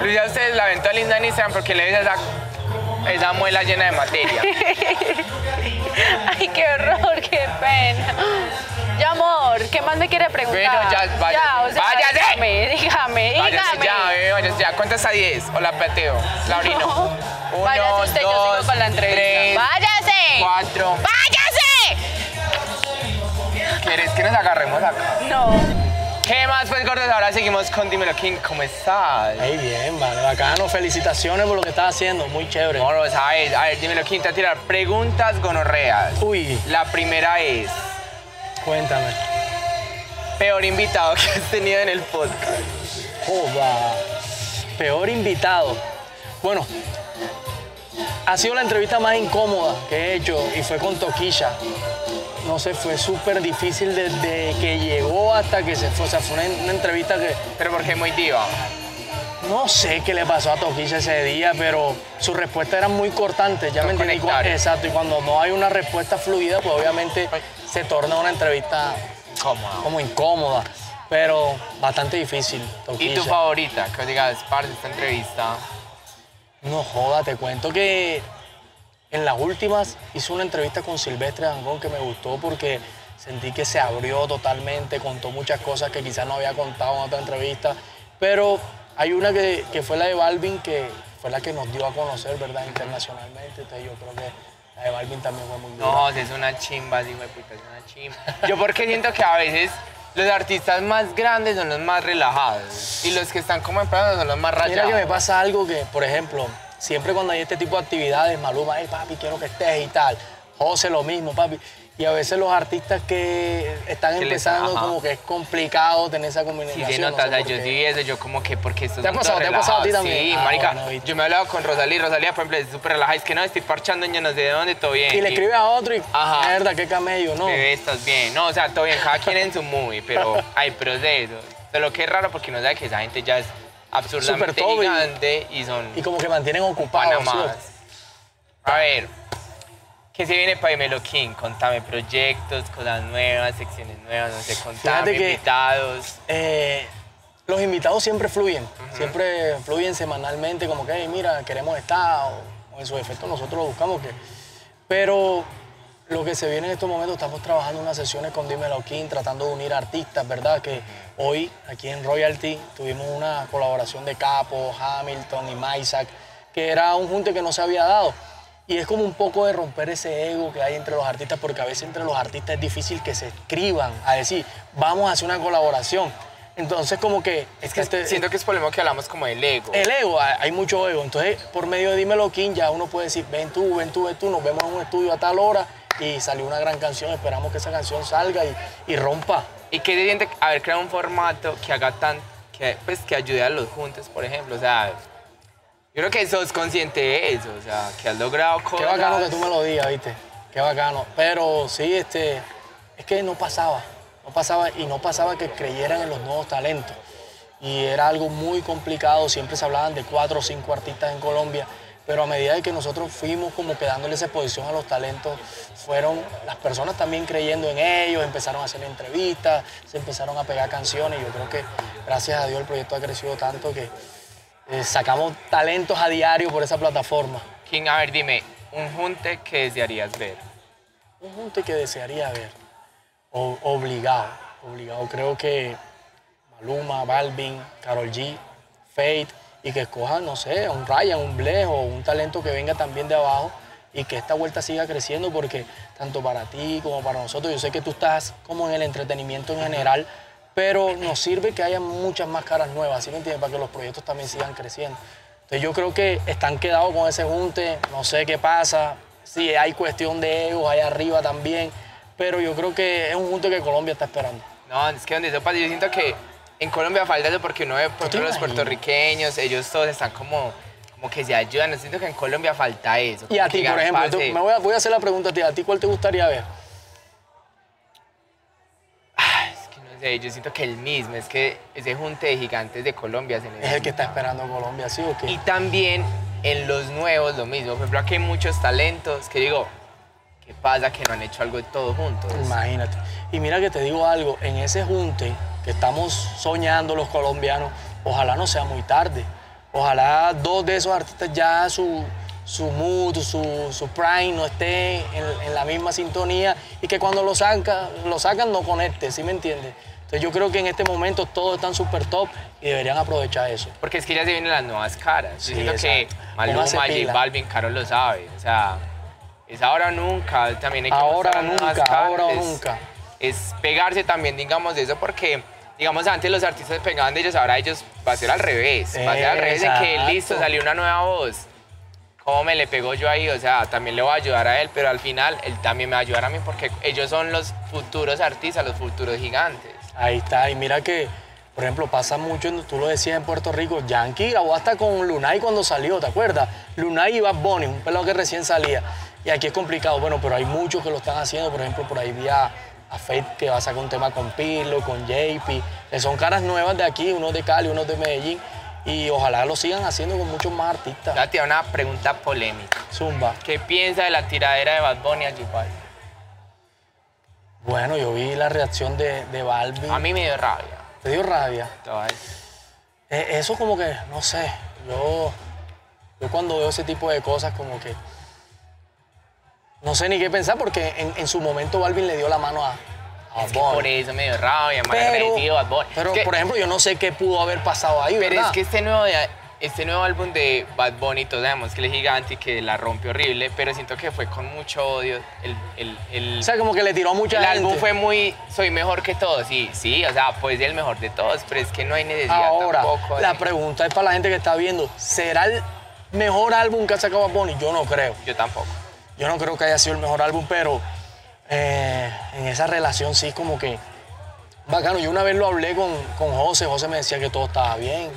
A: Luisa, ustedes la ven toda linda en Instagram porque le ves esa, esa muela llena de materia.
K: Ay, qué horror, qué pena. Ya, amor, ¿qué más me quiere preguntar?
A: Bueno, ya, váyase.
K: o sea,
A: ¡Váyase!
K: dígame, dígame,
A: Váyase
K: dígame.
A: ya, eh. bebé, váyase ya. Cuenta hasta 10. O la pateo. La orino.
K: No.
A: Uno,
K: Váyase usted, yo sigo
A: dos,
K: con la entrevista.
A: tres,
K: ¡Váyase!
A: Eh. cuatro.
K: ¡Váyase!
A: ¿Quieres que nos agarremos acá?
K: No.
A: ¿Qué más, pues, gordos? Ahora seguimos con Dímelo King. ¿Cómo estás?
J: Ahí bien, vale, bacano. Felicitaciones por lo que estás haciendo, muy chévere.
A: No lo sabes. pues, A ver, Dímelo King, te voy a tirar preguntas gonorreas.
J: Uy,
A: La primera es,
J: cuéntame.
A: peor invitado que has tenido en el podcast.
J: Joda. Peor invitado. Bueno, ha sido la entrevista más incómoda que he hecho y fue con Toquilla. No sé, fue súper difícil desde que llegó hasta que se fue. O sea, fue una, una entrevista que
A: Pero porque es muy diva.
J: no sé qué le pasó a Toquilla ese día, pero sus respuestas eran muy cortantes. Ya
A: No
J: me entendí. Cu-
A: conectaron.
J: Exacto. Y cuando no hay una respuesta fluida, pues obviamente se torna una entrevista
A: ¿Cómo?
J: como incómoda, pero bastante difícil.
A: ¿Y
J: Toquilla.
A: tu favorita? Que os digas, parce, esta entrevista.
J: No joda, te cuento que en las últimas hice una entrevista con Silvestre Dangón que me gustó porque sentí que se abrió totalmente, contó muchas cosas que quizás no había contado en otra entrevista, pero hay una que, que fue la de Balvin que fue la que nos dio a conocer, ¿verdad? Internacionalmente. Entonces yo creo que la de Balvin también fue muy buena.
A: No, o sea, es una chimba, sí, puta, es una chimba. Yo porque siento que a veces los artistas más grandes son los más relajados y los que están como empezando son los más
J: Mira que me
A: rayados.
J: pasa algo que, por ejemplo, siempre cuando hay este tipo de actividades, Maluma, hey papi, quiero que estés y tal. José lo mismo, papi. Y a veces los artistas que están
A: Que les-
J: empezando,
A: ajá.
J: como que es complicado tener esa
A: Sí,
J: combinación.
A: se
J: no
A: nota,
J: sé
A: o sea,
J: por
A: yo
J: qué.
A: sí vi eso, yo como que porque estos
J: ¿Te ha
A: son
J: pasado?
A: todos
J: ¿Te ha pasado a ti
A: relajados.
J: también?
A: Sí,
J: Ah,
A: marica,
J: bueno, viste.
A: yo me he hablado con Rosalía, Rosalía, por ejemplo, es súper relajada, es que no, estoy parchando, yo no sé de dónde, todo bien.
J: Y le escribe a otro y,
A: Ajá.
J: mierda, qué camello, ¿no?
A: Bebé, estás bien. No, o sea, todo bien, cada quien en su movie, pero hay procesos. Pero que es raro porque uno sabe que esa gente ya es
J: Súper
A: absurdamente
J: top y-
A: gigante y son
J: Y como que mantienen ocupados. ¿sí?
A: panamas. A ver, ¿qué se viene para Melo King? Contame proyectos, cosas nuevas, secciones nuevas, no sé, contame
J: Fíjate que-
A: invitados.
J: Eh, los invitados siempre fluyen, siempre fluyen semanalmente, como que, "Hey, mira, queremos estar, o, o en su efecto nosotros lo buscamos. Que, pero lo que se viene en estos momentos, estamos trabajando unas sesiones con Dímelo King, tratando de unir artistas, ¿verdad? Que hoy aquí en Royalty tuvimos una colaboración de Capo, Hamilton y Maisac, que era un junte que no se había dado. Y es como un poco de romper ese ego que hay entre los artistas, porque a veces entre los artistas es difícil que se escriban a decir, vamos a hacer una colaboración. Entonces como que...
A: Es que
J: este-
A: siento que es por lo mismo que hablamos como del ego.
J: el ego, hay hay mucho ego. Entonces, por medio de Dímelo King, ya uno puede decir, ven tú, ven tú, ven tú, nos vemos en un estudio a tal hora y salió una gran canción, esperamos que esa canción salga y, y rompa.
A: ¿Y qué se siente haber creado un formato que haga tan, que, pues, que ayude a los juntos, por ejemplo? O sea, yo creo que sos consciente de eso, o sea, que has logrado cosas.
J: Qué bacano que tú me lo digas, ¿viste? Qué bacano. Pero sí, este, es que no pasaba, no pasaba y no pasaba que creyeran en los nuevos talentos. Y era algo muy complicado, siempre se hablaban de cuatro o cinco artistas en Colombia, pero a medida de que nosotros fuimos como que dándole esa exposición a los talentos, fueron las personas también creyendo en ellos, empezaron a hacer entrevistas, se empezaron a pegar canciones. Yo creo que gracias a Dios el proyecto ha crecido tanto que eh, sacamos talentos a diario por esa plataforma.
A: King, a ver, dime, un junte que desearías ver.
J: Un junte que desearía ver. O- obligado, obligado. Creo que Maluma, Balvin, Carol G, Fate, y que escojan, no sé, un Ryan, un Bless o un talento que venga también de abajo y que esta vuelta siga creciendo porque tanto para ti como para nosotros, yo sé que tú estás como en el entretenimiento en general, pero nos sirve que haya muchas más caras nuevas, ¿sí me entiendes? Para que los proyectos también sigan creciendo. Entonces yo creo que están quedados con ese junte, no sé qué pasa, sí, hay cuestión de egos ahí arriba también, pero yo creo que es un junte que Colombia está esperando.
A: No, es que donde eso pasa, yo siento que en Colombia falta eso porque uno ve, por
J: te
A: ejemplo, los
J: imaginas?
A: puertorriqueños, ellos todos están como, como que se ayudan. Yo siento que en Colombia falta eso.
J: Y
A: como
J: a
A: que
J: ti,
A: digan,
J: por ejemplo, tú-
A: "Parce,
J: me voy a, voy a hacer la pregunta a ti, ¿a ti cuál te gustaría ver?
A: es que no sé, yo siento que el mismo, es que ese junte de gigantes de Colombia se
J: Es el que está
A: necesita.
J: esperando Colombia, ¿sí o
A: Y
J: qué?
A: también en los nuevos lo mismo. Por ejemplo, aquí hay muchos talentos que digo, ¿qué pasa que no han hecho algo todos juntos?
J: Imagínate. Y mira que te digo algo, en ese junte que estamos soñando los colombianos, ojalá no sea muy tarde. Ojalá dos de esos artistas ya su, su mood, su, su prime no esté en, en la misma sintonía y que cuando lo, saca, lo sacan no conecte, ¿sí me entiendes? Entonces yo creo que en este momento todos están súper top y deberían aprovechar eso.
A: Porque es que ya se vienen las nuevas caras.
J: Sí,
A: Yo siento que
J: exacto.
A: Maluma,
J: Póngase
A: J
J: pila.
A: Balvin, Carol lo sabe. O sea, es ahora o nunca. También hay que
J: Ahora
A: mostrar
J: o
A: nuevas
J: nunca,
A: caras.
J: ahora o
A: Es-
J: nunca.
A: Es pegarse también, digamos, de eso porque... Digamos, antes los artistas se pegaban de ellos, ahora ellos va a ser al revés. Va a ser al revés de que
J: Exacto.
A: listo, salió una nueva voz. ¿Cómo me le pegó yo ahí? O sea, también le voy a ayudar a él, pero al final él también me va a ayudar a mí porque ellos son los futuros artistas, los futuros gigantes.
J: Ahí está, y mira que, por ejemplo, pasa mucho, en- tú lo decías en Puerto Rico, Yankee grabó hasta con Lunay cuando salió, ¿te acuerdas? Lunay y Bad Bunny, un pelado que recién salía. Y aquí es complicado, bueno, pero hay muchos que lo están haciendo, por ejemplo, por ahí vi a, a Faith que va a sacar un tema con Pirlo, con JP, que son caras nuevas de aquí, unos de Cali, unos de Medellín, y ojalá lo sigan haciendo con muchos más
A: Yo Voy
J: artistas.
A: a tirar una pregunta polémica.
J: Zumba.
A: ¿Qué piensa de la tiradera de Bad Bunny a J Balvin?
J: Bueno, yo vi la reacción de, de Balvin,
A: A mí me dio rabia.
J: te dio rabia.
A: Entonces,
J: Eh, Eso como que, no sé, yo, yo cuando veo ese tipo de cosas como que no sé ni qué pensar porque en, en su momento Balvin le dio la mano a, a
A: es que
J: Bad
A: por
J: Bunny.
A: eso me dio rabia, me
J: Pero,
A: agradecido a Bad Bunny.
J: pero
A: Es que-
J: por ejemplo yo no sé qué pudo haber pasado ahí,
A: pero
J: ¿verdad?
A: es que este nuevo de este nuevo álbum de Bad Bunny, todos sabemos que él es gigante y que la rompe horrible, pero siento que fue con mucho odio. El, el, el-
J: O sea, como que le tiró mucha
A: el
J: gente.
A: álbum fue muy, soy mejor que todos, sí, sí, o sea, puede ser el mejor de todos, pero es que no hay necesidad
J: Ahora,
A: tampoco. eh. de-
J: la pregunta es para la gente que está viendo, ¿será el mejor álbum que ha sacado Bad Bunny? Yo no creo.
A: Yo tampoco.
J: Yo no creo que haya sido el mejor álbum, pero eh, en esa relación sí como que bacano. Yo una vez lo hablé con, con José, José me decía que todo estaba bien.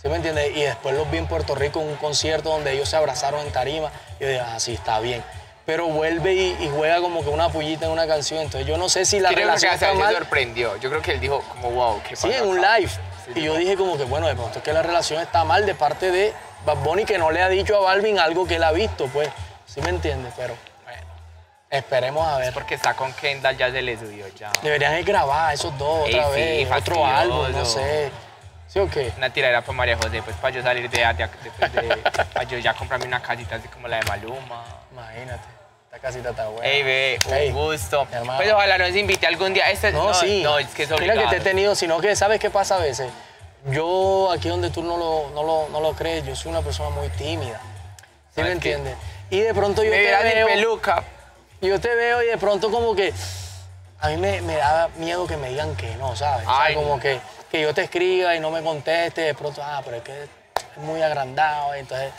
J: ¿Sí me entiendes? Y después los vi en Puerto Rico en un concierto donde ellos se abrazaron en tarima. Yo dije, ah, sí, está bien. Pero vuelve y, y juega como que una pullita en una canción. Entonces yo no sé si la
A: creo que
J: relación
A: hasta
J: está
A: él se
J: mal.
A: sorprendió. Yo creo que él dijo como wow, qué
J: Sí,
A: pasó
J: en un
A: acá?"
J: live. Y yo dije como que, bueno, de pronto es que la relación está mal de parte de Bad Bunny que no le ha dicho a Balvin algo que él ha visto, pues. ¿Sí me entiendes? Pero, bueno, esperemos a ver.
A: Porque está con Kendall, ya se le subió ya.
J: Deberían de grabar esos dos otra
A: Ey, sí,
J: vez, otro
A: fastidioso.
J: álbum, no sé. ¿Sí o qué?
A: Una tiradera para María José, pues para yo salir de, de, de- de- para yo ya comprarme una casita así como la de Maluma.
J: Imagínate, esta casita está buena.
A: Ey, ve, un
J: Ey,
A: gusto.
J: mi hermano.
A: Pues ojalá nos invite algún día. Este,
J: No, sí.
A: No, es que es
J: Mira que
A: obligado.
J: te he tenido, sino que sabes qué pasa a veces. Yo, aquí donde tú no lo, no lo, no lo crees, yo soy una persona muy tímida. ¿Sí me
A: ¿Sabes qué?
J: entiendes? Y de pronto yo
A: Me
J: te
A: verás sin
J: veo...
A: peluca.
J: Yo te veo y de pronto como que a mí me, me da miedo que me digan que no, ¿sabes? O sea,
A: Ay,
J: como
A: no.
J: que, que yo te escriba y no me conteste, de pronto, ah, pero es que es muy agrandado, entonces...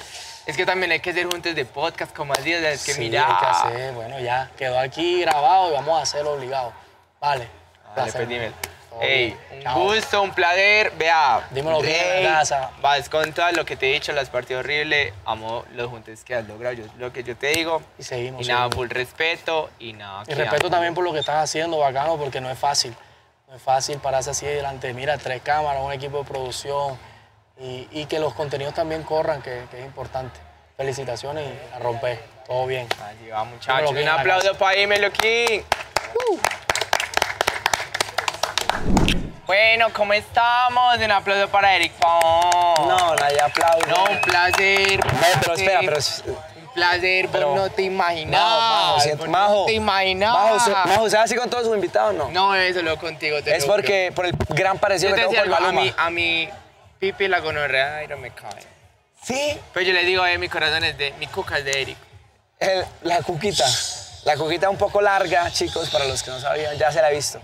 A: Es que también hay que ser juntos de podcast, como así, o sea, es que
J: sí,
A: mira.
J: hay que hacer, bueno, ya, quedó aquí grabado y vamos a hacerlo obligado. Vale.
A: Dale,
J: placer.
A: pues dímelo.
J: Todo
A: Ey,
J: bien.
A: un
J: Chao.
A: gusto, un placer. Vea.
J: Dímelo bien en la
A: ey,
J: casa.
A: Vas con todo lo que te he dicho, las partidas horribles. Amo los juntes que has logrado. Yo- lo que yo te digo.
J: Y seguimos,
A: Y nada,
J: seguimos.
A: full respeto. Y nada.
J: Y
A: que
J: respeto
A: amo.
J: también por lo que estás haciendo, bacano, porque no es fácil. No es fácil pararse así delante, mira, tres cámaras, un equipo de producción y, y que los contenidos también corran, que, que es importante. Felicitaciones y a romper. Todo bien.
A: Allí va, muchachos.
J: bien
A: Un
J: en la
A: aplauso
J: casa.
A: para Dímelo King. Bueno, ¿cómo estamos? Un aplauso para Eric Pavón.
J: nadie aplaude.
A: No, un placer.
B: No, Eh, pero espera,
A: Sí,
B: pero.
A: Un placer,
B: pero-
A: vos no te imaginás.
B: Majo, siento-
A: vos
B: Majo.
A: No te imaginás.
B: Majo, ¿se- Majo, ¿se hace así con todos sus invitados no?
A: No, eso lo contigo. Te
B: Es
A: lo juro.
B: porque por el gran parecido
A: Yo
B: que
A: te
B: tengo
A: decía
B: con
A: algo, a mi,
B: Maluma.
A: a mi pipi la gonorrea y no me cae.
B: Sí,
A: Pero yo le digo, eh, mi corazón es de, mi cuca es de Eric.
B: el- la cuquita. La cuquita un poco larga, chicos, para los que no sabían, ya se la he visto.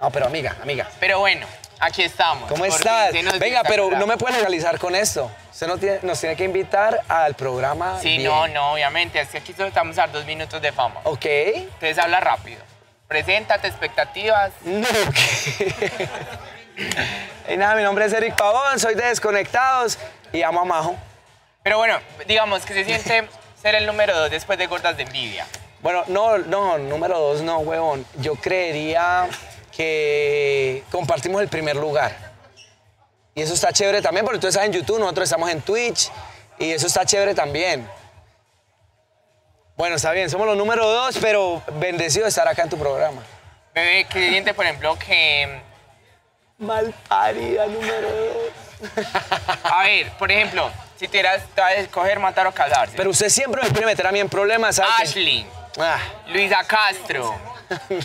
B: No, pero amiga, amiga.
A: Pero bueno, aquí estamos.
B: ¿Cómo
A: por
B: estás?
A: 15 nos
B: Venga, pero
A: espectacular.
B: no me pueden realizar con esto. Usted no tiene- nos tiene que invitar al programa.
A: Sí,
B: bien.
A: no, no, obviamente. Es que aquí solo estamos a dar dos minutos de fama.
B: Ok.
A: Entonces habla rápido. Preséntate, expectativas.
B: No, ok. y nada, mi nombre es Eric Pavón, soy de Desconectados y amo a Majo.
A: Pero bueno, digamos que se siente ser el número dos después de Gordas de Envidia.
B: Bueno, no, no, número dos, no, huevón. Yo creería que compartimos el primer lugar. Y eso está chévere también, porque tú estás en YouTube, nosotros estamos en Twitch, y eso está chévere también. Bueno, está bien, somos los número dos, pero bendecido de estar acá en tu programa.
A: Bebé, que se siente, por ejemplo, que...
B: Mal parida número dos.
A: A ver, por ejemplo, si tuvieras te vas a escoger matar o casarse.
B: Pero usted siempre me quiere meter a mí en problemas, ¿sabes? qué?
A: Ashley,
B: Ah,
A: Luisa Castro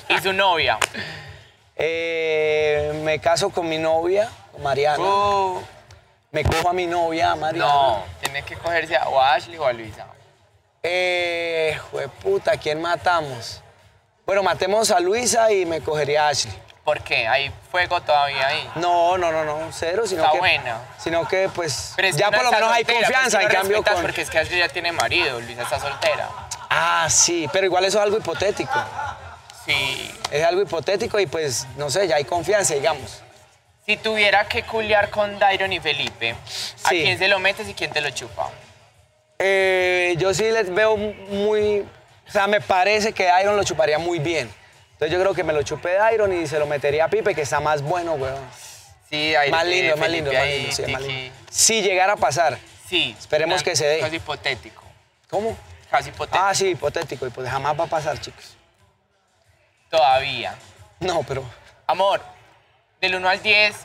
A: y su novia.
B: eh, me caso con mi novia, Mariana.
A: Uh,
B: Me cojo a mi novia, Mariana.
A: no, tienes que cogerse a, o a Ashley o a Luisa.
B: Eh, jueputa, ¿quién matamos? Bueno, matemos a Luisa y me cogería a Ashley.
A: ¿Por qué? Hay fuego todavía ahí.
B: No, no, no, no, cero, sino
A: Está
B: que...
A: buena.
B: Sino que, pues,
A: Pero es que
B: ya
A: una
B: por lo
A: está
B: menos hay
A: soltera,
B: confianza,
A: pues,
B: en
A: tú no
B: cambio
A: respetas
B: con...
A: Porque es que Ashley ya tiene marido, Luisa está soltera.
B: Ah, sí, pero igual eso es algo hipotético.
A: Sí.
B: Es algo hipotético y, pues, no sé, ya hay confianza, digamos.
A: Si tuviera que culiar con Dairon y Felipe, ¿a
B: Sí.
A: quién se lo metes y quién te lo chupa?
B: Eh, yo sí les veo muy... O sea, me parece que Iron lo chuparía muy bien. Entonces yo creo que me lo chupé Iron y se lo metería a Pipe, que está más bueno, weón.
A: Sí, ahí
B: Más
A: eh,
B: lindo, más
A: Felipe
B: lindo, más
A: ahí,
B: lindo. sí, más
A: Tiki.
B: lindo. Si llegara a pasar.
A: Sí.
B: Esperemos que se dé.
A: Caso hipotético.
B: ¿Cómo?
A: Caso hipotético.
B: Ah, sí, hipotético. Y pues jamás va a pasar, chicos.
A: Todavía.
B: No, pero.
A: Amor, del 1 al 10,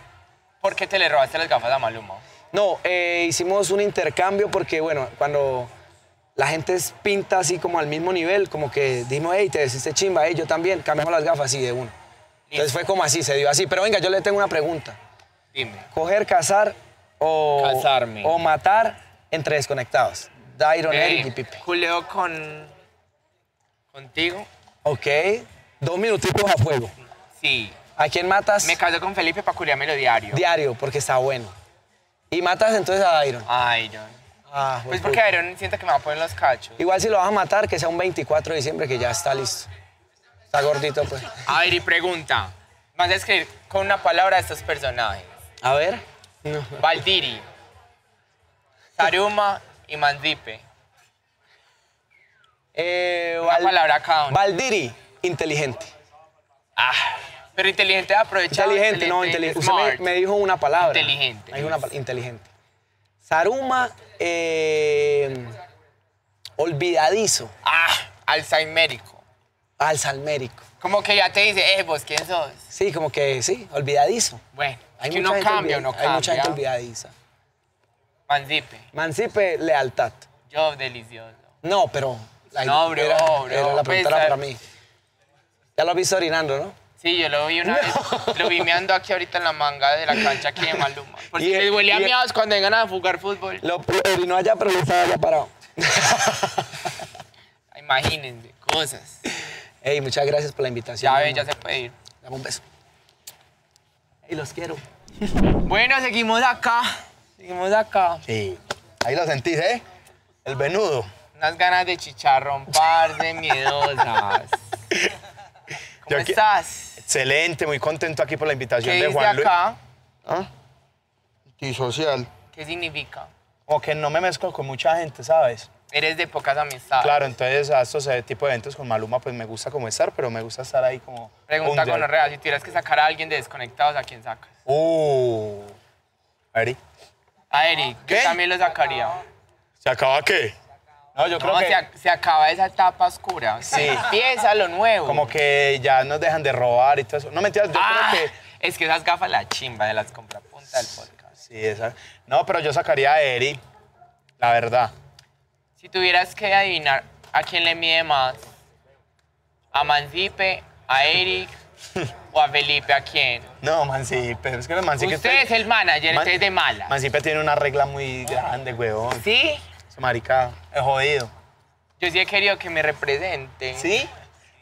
A: ¿por qué te le robaste las gafas a Maluma?
B: No, eh, hicimos un intercambio porque, bueno, cuando la gente es- pinta así como al mismo nivel, como que dimos, hey, te deciste chimba, hey, yo también, cambiamos las gafas así de uno. Entonces fue como así, se dio así. Pero venga, yo le tengo una pregunta.
A: Dime.
B: Coger, cazar o,
A: Casarme.
B: o matar entre desconectados. Dairon,
A: Ey,
B: Eric y Pipe.
A: Julio con. contigo.
B: Ok, dos minutitos a fuego.
A: Sí.
B: ¿A quién matas?
A: Me caso con Felipe para curiarme lo diario.
B: Diario, porque está bueno. Y matas entonces a Dairon.
A: Ay, John.
B: Ah,
A: Pues
B: jueputa.
A: porque Aaron siento que me va a poner los cachos.
B: Igual si lo vas a matar, que sea un 24 de diciembre, que ya está listo. Está gordito, pues.
A: A ver, y pregunta. Vas a escribir con una palabra a estos personajes.
B: A ver. No.
A: Valdiri, Saruma y Mandipe.
B: Eh,
A: Una
B: Val-
A: palabra cada uno.
B: Valdiri, inteligente.
A: Ah, pero inteligente aprovechado.
B: Inteligente, no, inteligente. Usted me-
A: smart.
B: me, dijo una palabra.
A: Inteligente.
B: Me dijo una pal- inteligente. Saruma, eh, olvidadizo,
A: Ah, Alzheimerico.
B: alzalmérico.
A: Como que ya te dice, eh, vos quién sos.
B: Sí, como que sí, olvidadizo.
A: Bueno,
B: Hay
A: es que
B: mucha
A: uno
B: gente
A: cambia,
B: olvida-
A: uno
B: Hay mucha gente
A: cambia.
B: olvidadiza.
A: Mandipe,
B: Mancipe, lealtad.
A: yo delicioso.
B: No, pero. la-
A: No, bro,
B: era,
A: bro, pues,
B: era la pregunta era
A: pensar-
B: para mí. Ya lo has visto orinando, ¿no?
A: Sí, yo lo vi una vez. Lo vi meando aquí ahorita en la manga de la cancha aquí de Maluma. Porque
B: Y-
A: les huele a
B: y-
A: miados cuando vengan a jugar fútbol.
B: Lo, lo orinó allá, pero lo estaba allá parado.
A: Imagínense, cosas.
B: Ey, muchas gracias por la invitación.
A: Ya ven, ya
B: hermano.
A: se puede ir.
B: Dame un beso. Y los quiero.
A: Bueno, seguimos acá. Seguimos acá.
C: Sí. Ahí lo sentís, ¿eh? El venudo.
A: Unas ganas de chicharrón, par de miedosas.
C: Yo
A: ¿Cómo
C: aquí-
A: estás?
C: Excelente, muy contento aquí por la
A: ¿Qué
C: invitación de
A: dice
C: Juan Luis.
A: acá?
C: ¿Ah? Antisocial.
A: ¿Qué significa?
C: Como que no me mezclo con mucha gente, ¿sabes?
A: Eres de pocas amistades.
C: Claro, entonces a estos eh, tipo de eventos con Maluma pues me gusta como estar, pero me gusta estar ahí como...
A: Pregunta
C: under.
A: con real. Si tuvieras que sacar a alguien de desconectados, ¿a quién sacas?
C: Uh. Ari,
A: A Eric.
C: ¿Qué?
A: Yo también lo sacaría.
C: ¿se acaba qué? No, yo creo
A: No,
C: que
A: se, ac- se acaba esa etapa oscura.
C: Sí.
A: Empieza lo nuevo.
C: como que ya nos dejan de robar y todo eso. No mentiras, yo
A: Ah,
C: creo que...
A: Es que esas gafas la chimba de las comprapunta del podcast.
C: Sí, esa. No, pero yo sacaría a Eri, la verdad.
A: Si tuvieras que adivinar a quién le mide más, a Manzipe, a Eric o a Felipe, ¿a quién?
C: No, Mancipe, es que los Mancipe...
A: Usted es el manager, usted es de mala.
C: Mancipe tiene una regla muy grande, huevón.
A: ¿Sí?
C: Ese marica es jodido.
A: Yo sí he querido que me represente.
C: ¿Sí?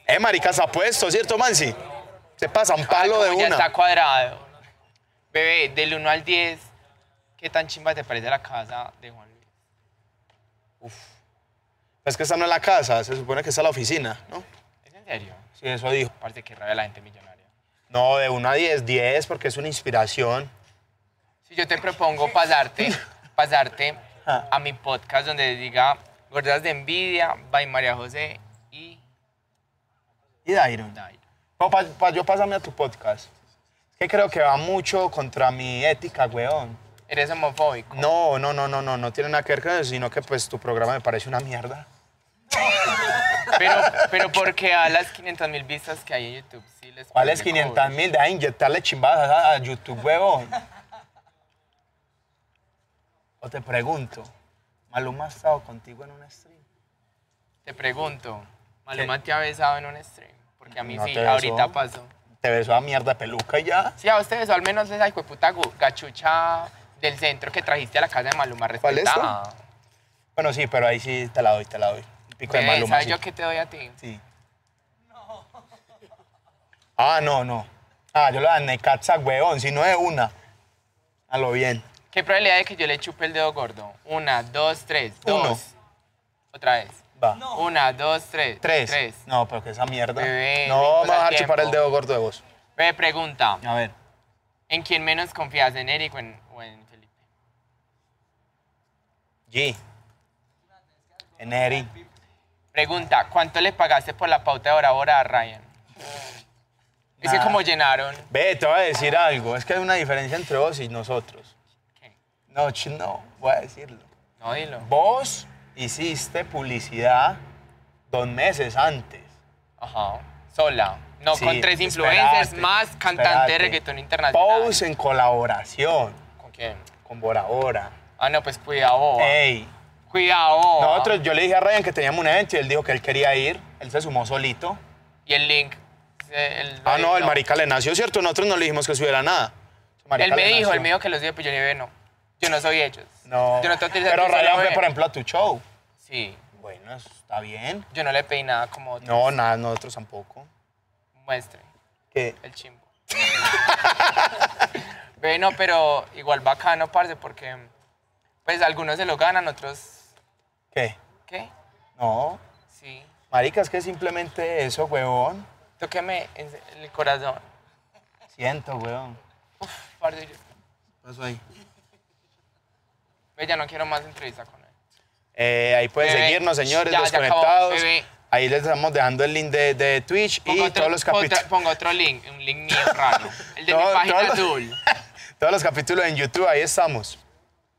C: Eh, marica, se ha puesto, ¿cierto, Mansi? Se pasa un palo de
A: Como ya está
C: una.
A: cuadrado. Bebé, del 1 al 10, ¿qué tan chimba te parece la casa de Juan Luis?
C: Es que esta no es la casa, se supone que esta es la oficina, ¿no?
A: ¿Es en serio?
C: Sí, eso dijo.
A: Aparte que rabia la gente millonaria.
C: No, de 1 a 10, 10 porque es una inspiración.
A: Si yo te propongo pasarte, pasarte
C: Ah.
A: a mi podcast donde diga Gordas de Envidia, by María José y
C: Y Dairon.
A: Dairo.
C: No, pa- pa- yo pásame a tu podcast. Es que creo que va mucho contra mi ética, weón.
A: Eres homofóbico.
C: No, no, no, no, no, no tiene nada que ver con eso, sino que pues tu programa me parece una mierda.
A: Pero, pero porque a las 500 mil vistas que hay en YouTube, sí les
C: ¿Cuáles
A: parece
C: 500
A: cool.
C: mil? Deja de inyectarle chimbadas a, a YouTube, huevón. O te pregunto, ¿Maluma ha estado contigo en un stream?
A: Te pregunto, ¿Maluma te ha besado en un stream? Porque a mí
C: No
A: sí,
C: te besó.
A: ahorita pasó.
C: Te besó a mierda de peluca y ya.
A: Sí, a usted besó al menos esa hijueputa gu- gachucha del centro que trajiste a la casa de Maluma
C: ¿Cuál es esa?
A: respetada.
C: Bueno, sí, pero ahí sí te la doy, te la doy. Un pico de
A: Bebé,
C: Maluma.
A: ¿Sabes
C: Sí.
A: Pues, yo qué te doy a ti?
C: Sí. Ah, no, no. Ah, yo la de Katza, huevón, si no es una. A lo bien.
A: ¿Qué probabilidad de que yo le chupe el dedo gordo? Una, dos, tres,
C: Uno.
A: dos. Otra vez.
C: Va.
A: Una, dos, tres.
C: Tres.
A: Tres.
C: No, pero que esa mierda.
A: Bebé,
C: no,
A: venimos
C: me vas a
A: al
C: dejar chupar el
A: tiempo.
C: dedo gordo de vos.
A: Me pregunta,
C: A ver.
A: ¿en quién menos confías, en Eric o en, o en Felipe?
C: G. En Eri.
A: Pregunta, ¿cuánto le pagaste por la pauta de Bora Bora a Ryan? Es que
C: Nada.
A: como llenaron.
C: Ve, te voy a decir algo. Es que hay una diferencia entre vos y nosotros.
A: ¿Qué?
C: No, ch- no, voy a decirlo.
A: No, dilo.
C: Vos hiciste publicidad dos meses antes.
A: Ajá. Sola. No,
C: Sí,
A: con tres
C: espérate,
A: influencers más cantante de
C: espérate.
A: reggaetón internacional.
C: Pose en colaboración
A: ¿Con quién?
C: con Bora Bora.
A: Ah, no, pues cuidado. boba.
C: Ey.
A: Cuidado. boba.
C: Nosotros, yo le dije a Ryan que teníamos un evento y él dijo que él quería ir. Él se sumó solito.
A: Y el link. eh, el-
C: Ah, no, el marica le nació, ¿cierto? Nosotros no le dijimos que subiera nada. Ese marica
A: Él me
C: le
A: dijo,
C: nació.
A: él me dijo que los días, pues yo le dije, no. Yo no soy ellos.
H: No.
A: Yo no tengo que utilizar
H: Pero
A: tu solo
H: Rayán fue,
A: ver.
H: por ejemplo, a tu show.
A: Sí.
H: Bueno, eso está bien.
A: Yo no le pedí nada como otros.
H: No, nada, nosotros tampoco.
A: Muestre
H: ¿Qué?
A: el chimbo. bueno, pero igual bacano, parce, porque pues algunos se lo ganan, otros...
H: ¿Qué?
A: ¿Qué?
H: No.
A: Sí.
H: Marica, es que simplemente eso, huevón.
A: Tóqueme en el corazón.
H: Siento, huevón.
A: Parce, yo-
H: Pasó ahí.
A: ve, ya no quiero más entrevista con él.
H: Eh, ahí pueden
A: Bebé.
H: seguirnos, señores,
A: Ya, ya acabó,
H: desconectados.
A: bebé.
H: ahí les estamos dejando el link de, de Twitch y
A: Pongo otro-
H: todos los
A: otra-
H: capítulos.
A: Pongo otro link, un link mío raro. El de mi
H: Todo-
A: página
H: todo-
A: azul.
H: Todos los capítulos en YouTube, ahí estamos.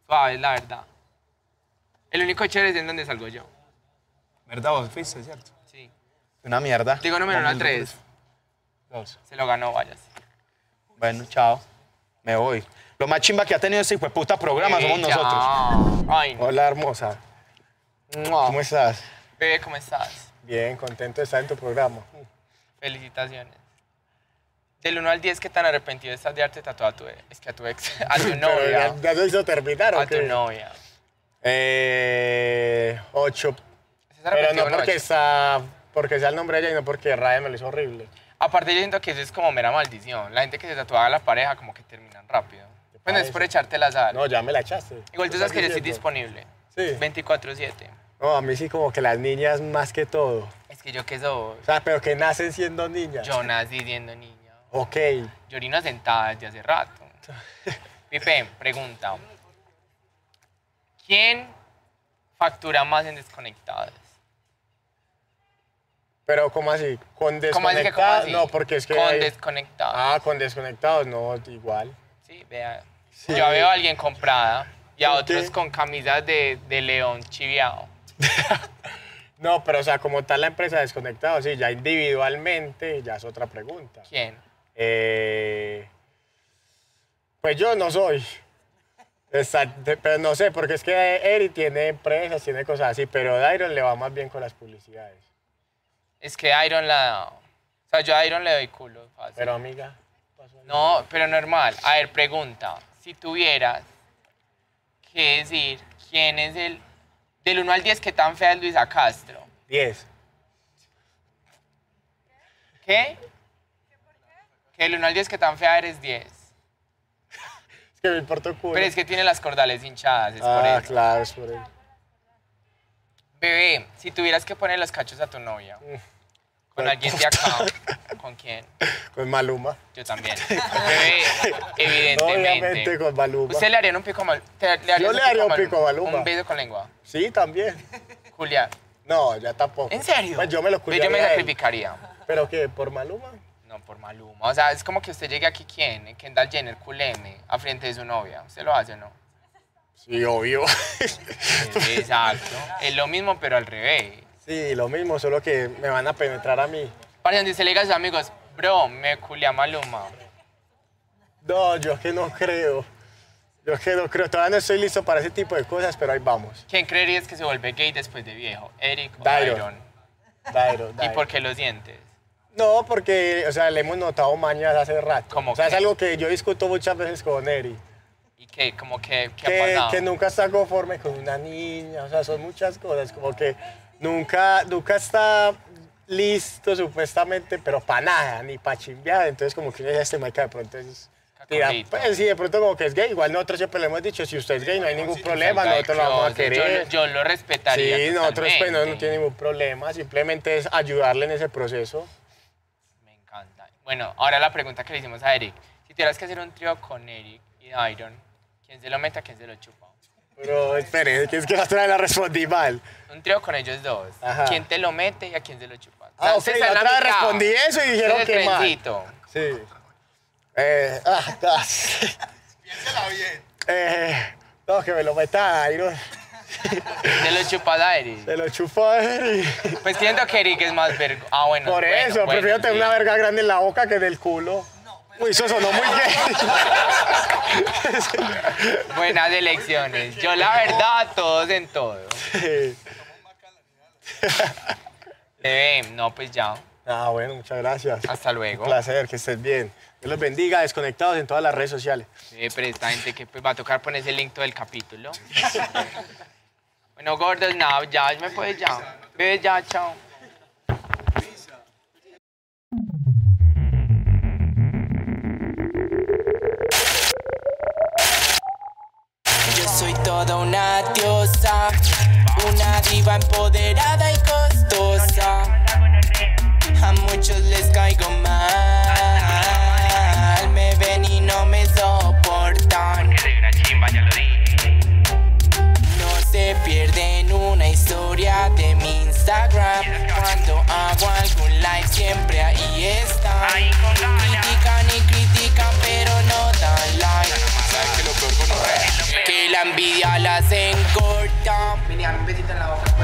A: Suave, la verdad. El único chévere es en donde salgo yo.
H: ¿Verdad? Vos fuiste, ¿cierto?
A: Sí.
H: Una mierda.
A: Digo número uno a tres.
H: Dos.
A: Se lo ganó, vayas.
H: Bueno, chao. Me voy. Lo más chimba que ha tenido este hijo de puta programa somos
A: Ella.
H: nosotros.
A: Ay, no.
L: Hola, hermosa. ¿Cómo estás?
A: Bebé, ¿cómo estás?
L: Bien, contento de estar en tu programa.
A: Felicitaciones. Del 1 al 10, ¿qué tan arrepentido estás de darte tatuado a tu ex? Es que a tu ex, a tu
L: Pero
A: novia.
L: ¿Ya, ya se hizo terminar o
A: A tu
L: qué?
A: novia.
L: Eh, ocho.
A: ¿Estás
L: Pero
A: arrepentido
L: no
A: o no?
L: porque, está, porque sea el nombre de ella, sino porque Raya me lo hizo horrible.
A: Aparte, yo siento que eso es como mera maldición. La gente que se tatúa a la pareja, como que terminan rápido. Bueno, es por echarte la sal.
L: No, ya me la echaste.
A: Igual tú
L: ¿Estás
A: sabes que yo estoy
L: diciendo?
A: disponible.
L: Sí.
A: 24-7.
L: No, a mí sí como que las niñas más que todo.
A: Es que yo que soy.
L: O sea, pero que nacen siendo niñas.
A: Yo nací siendo niño.
L: Ok.
A: Yo orino sentada desde hace rato. Pipe, pregunta. ¿Quién factura más en desconectadas?
L: Pero ¿cómo así?
A: ¿Cómo
L: ¿Con
A: así que cómo
L: desconectados?
A: así?
L: No, porque es que...
A: Con
L: hay-
A: desconectadas.
L: Ah, con desconectados, no, igual.
A: Sí, vea.
L: Sí.
A: Yo veo a alguien comprada y a
L: ¿Por
A: otros
L: qué?
A: con camisas de, de león chiviao.
L: No, pero o sea, como tal la empresa desconectados, sí, ya individualmente, ya es otra pregunta.
A: ¿Quién?
L: Eh, pues yo no soy. Exacto, pero no sé, porque es que Eri tiene empresas, tiene cosas así, pero Dairon le va más bien con las publicidades.
A: Es que Iron la... O sea, yo a Iron le doy culo. fácil.
L: Pero amiga,
A: No, pero normal. A ver, pregunta. Si tuvieras que decir quién es el... Del 1 al 10, ¿qué tan fea es Luisa Castro?
L: 10.
A: ¿Qué? Que del 1 al 10, ¿qué tan fea eres 10?
L: Es que me importa un culo.
A: Pero es que tiene las cordales hinchadas, es por
L: ah,
A: eso.
L: claro, es por eso.
A: Bebé, si tuvieras que poner los cachos a tu novia, con
L: Mm. Bueno,
A: alguien de acá, ¿con quién?
L: Con Maluma.
A: Yo también. Bebé,
L: Obviamente
A: evidentemente.
L: con Maluma.
A: ¿Usted le haría un pico mal? te- le harías
L: Yo le haría un pico a Maluma.
A: Un beso con lengua.
L: Sí, también.
A: Julia.
L: No, ya tampoco.
A: ¿En serio?
L: Pues yo me lo
A: Ve, Yo me
L: culiaría a él.
A: sacrificaría.
L: ¿Pero qué? ¿Por Maluma?
A: No, por Maluma. O sea, es como que usted llegue aquí, ¿quién? Kendall Jenner, culeme, a frente de su novia. ¿Usted lo hace o no?
L: Sí, obvio.
A: Exacto. Es lo mismo, pero al revés.
L: sí, lo mismo, solo que me van a penetrar a mí.
A: Para donde usted le diga a sus amigos, bro, me culé a Maluma.
L: No, yo es que no creo. Yo es que no creo. Todavía no estoy listo para ese tipo de cosas, pero ahí vamos.
A: ¿Quién creerías que se vuelve gay después de viejo? Eric o
L: Dairon.
A: Dairon.
L: Dairo,
A: ¿Y
L: Dairo.
A: por qué los dientes?
L: No, porque, o sea, le hemos notado mañas hace rato.
A: ¿Cómo
L: o sea,
A: qué?
L: es algo que yo discuto muchas veces con Eri.
A: ¿Y qué? Como que, ¿qué ha
L: Que,
A: pasado?
L: que nunca está conforme con una niña. O sea, son muchas cosas. Como que nunca, nunca está listo, supuestamente, pero para nada, ni para chimbear. Entonces, como que uno dice, este marica de pronto es... Tira,
A: Cacolito.
L: pues sí, de pronto como que es gay. Igual nosotros siempre le hemos dicho, si usted es gay, no hay ningún problema,
A: Salga del
L: nosotros lo vamos a
A: closet.
L: querer.
A: Yo, yo lo respetaría.
L: Sí, nosotros pues, no, no
A: totalmente.
L: tiene ningún problema, simplemente es ayudarle en ese proceso.
A: Me encanta. Bueno, ahora la pregunta que le hicimos a Eric. Si tuvieras que hacer un trío con Eric y Dairon, ¿quién se lo mete, quién se lo chupa?
L: Pero espere, que es que la otra vez la respondí mal.
A: Un trío con ellos dos.
L: Ajá.
A: ¿Quién te lo mete y a quién se lo chupa?
L: Ah, ok,
A: Usted está
L: la
A: en
L: otra vez
A: mitad.
L: respondí eso y dijeron
A: Usted es
L: que mal.
A: trencito.
L: Sí. Eh, ah, ah, sí. Eh, no, que me lo meta ahí, ¿no?
A: Se lo chupa a Eric.
L: Se lo chupa a él y-
A: Pues siento que Eric es más vergo. Ah, bueno.
L: Por
A: bueno,
L: eso,
A: bueno,
L: prefiero tener
A: sí.
L: una verga grande en la boca que en el culo. Uy, eso sonó muy gay.
A: Buenas elecciones. Yo la verdad, todos en todo.
L: Sí.
A: Eh, no, pues ya.
L: Ah, bueno, muchas gracias.
A: Hasta luego.
L: Un placer, que estés bien. Dios los bendiga, desconectados en todas las redes sociales.
A: Sí, pero esta gente Eh, que pues, va a tocar ponerse el link todo el capítulo. bueno, gordos, nada, ya me puedes ya. Ve ya, chao.
E: Yo soy toda una diosa, una diva empoderada y costosa. A muchos les caigo mal, me ven y no me soportan. No se pierden una historia de mi Instagram. Cuando hago algún live siempre ahí están. Critican y critican, pero no dan like. ¿Sabes que lo peor con Que la envidia las encorta.
A: Mira, un besito en la boca. pues.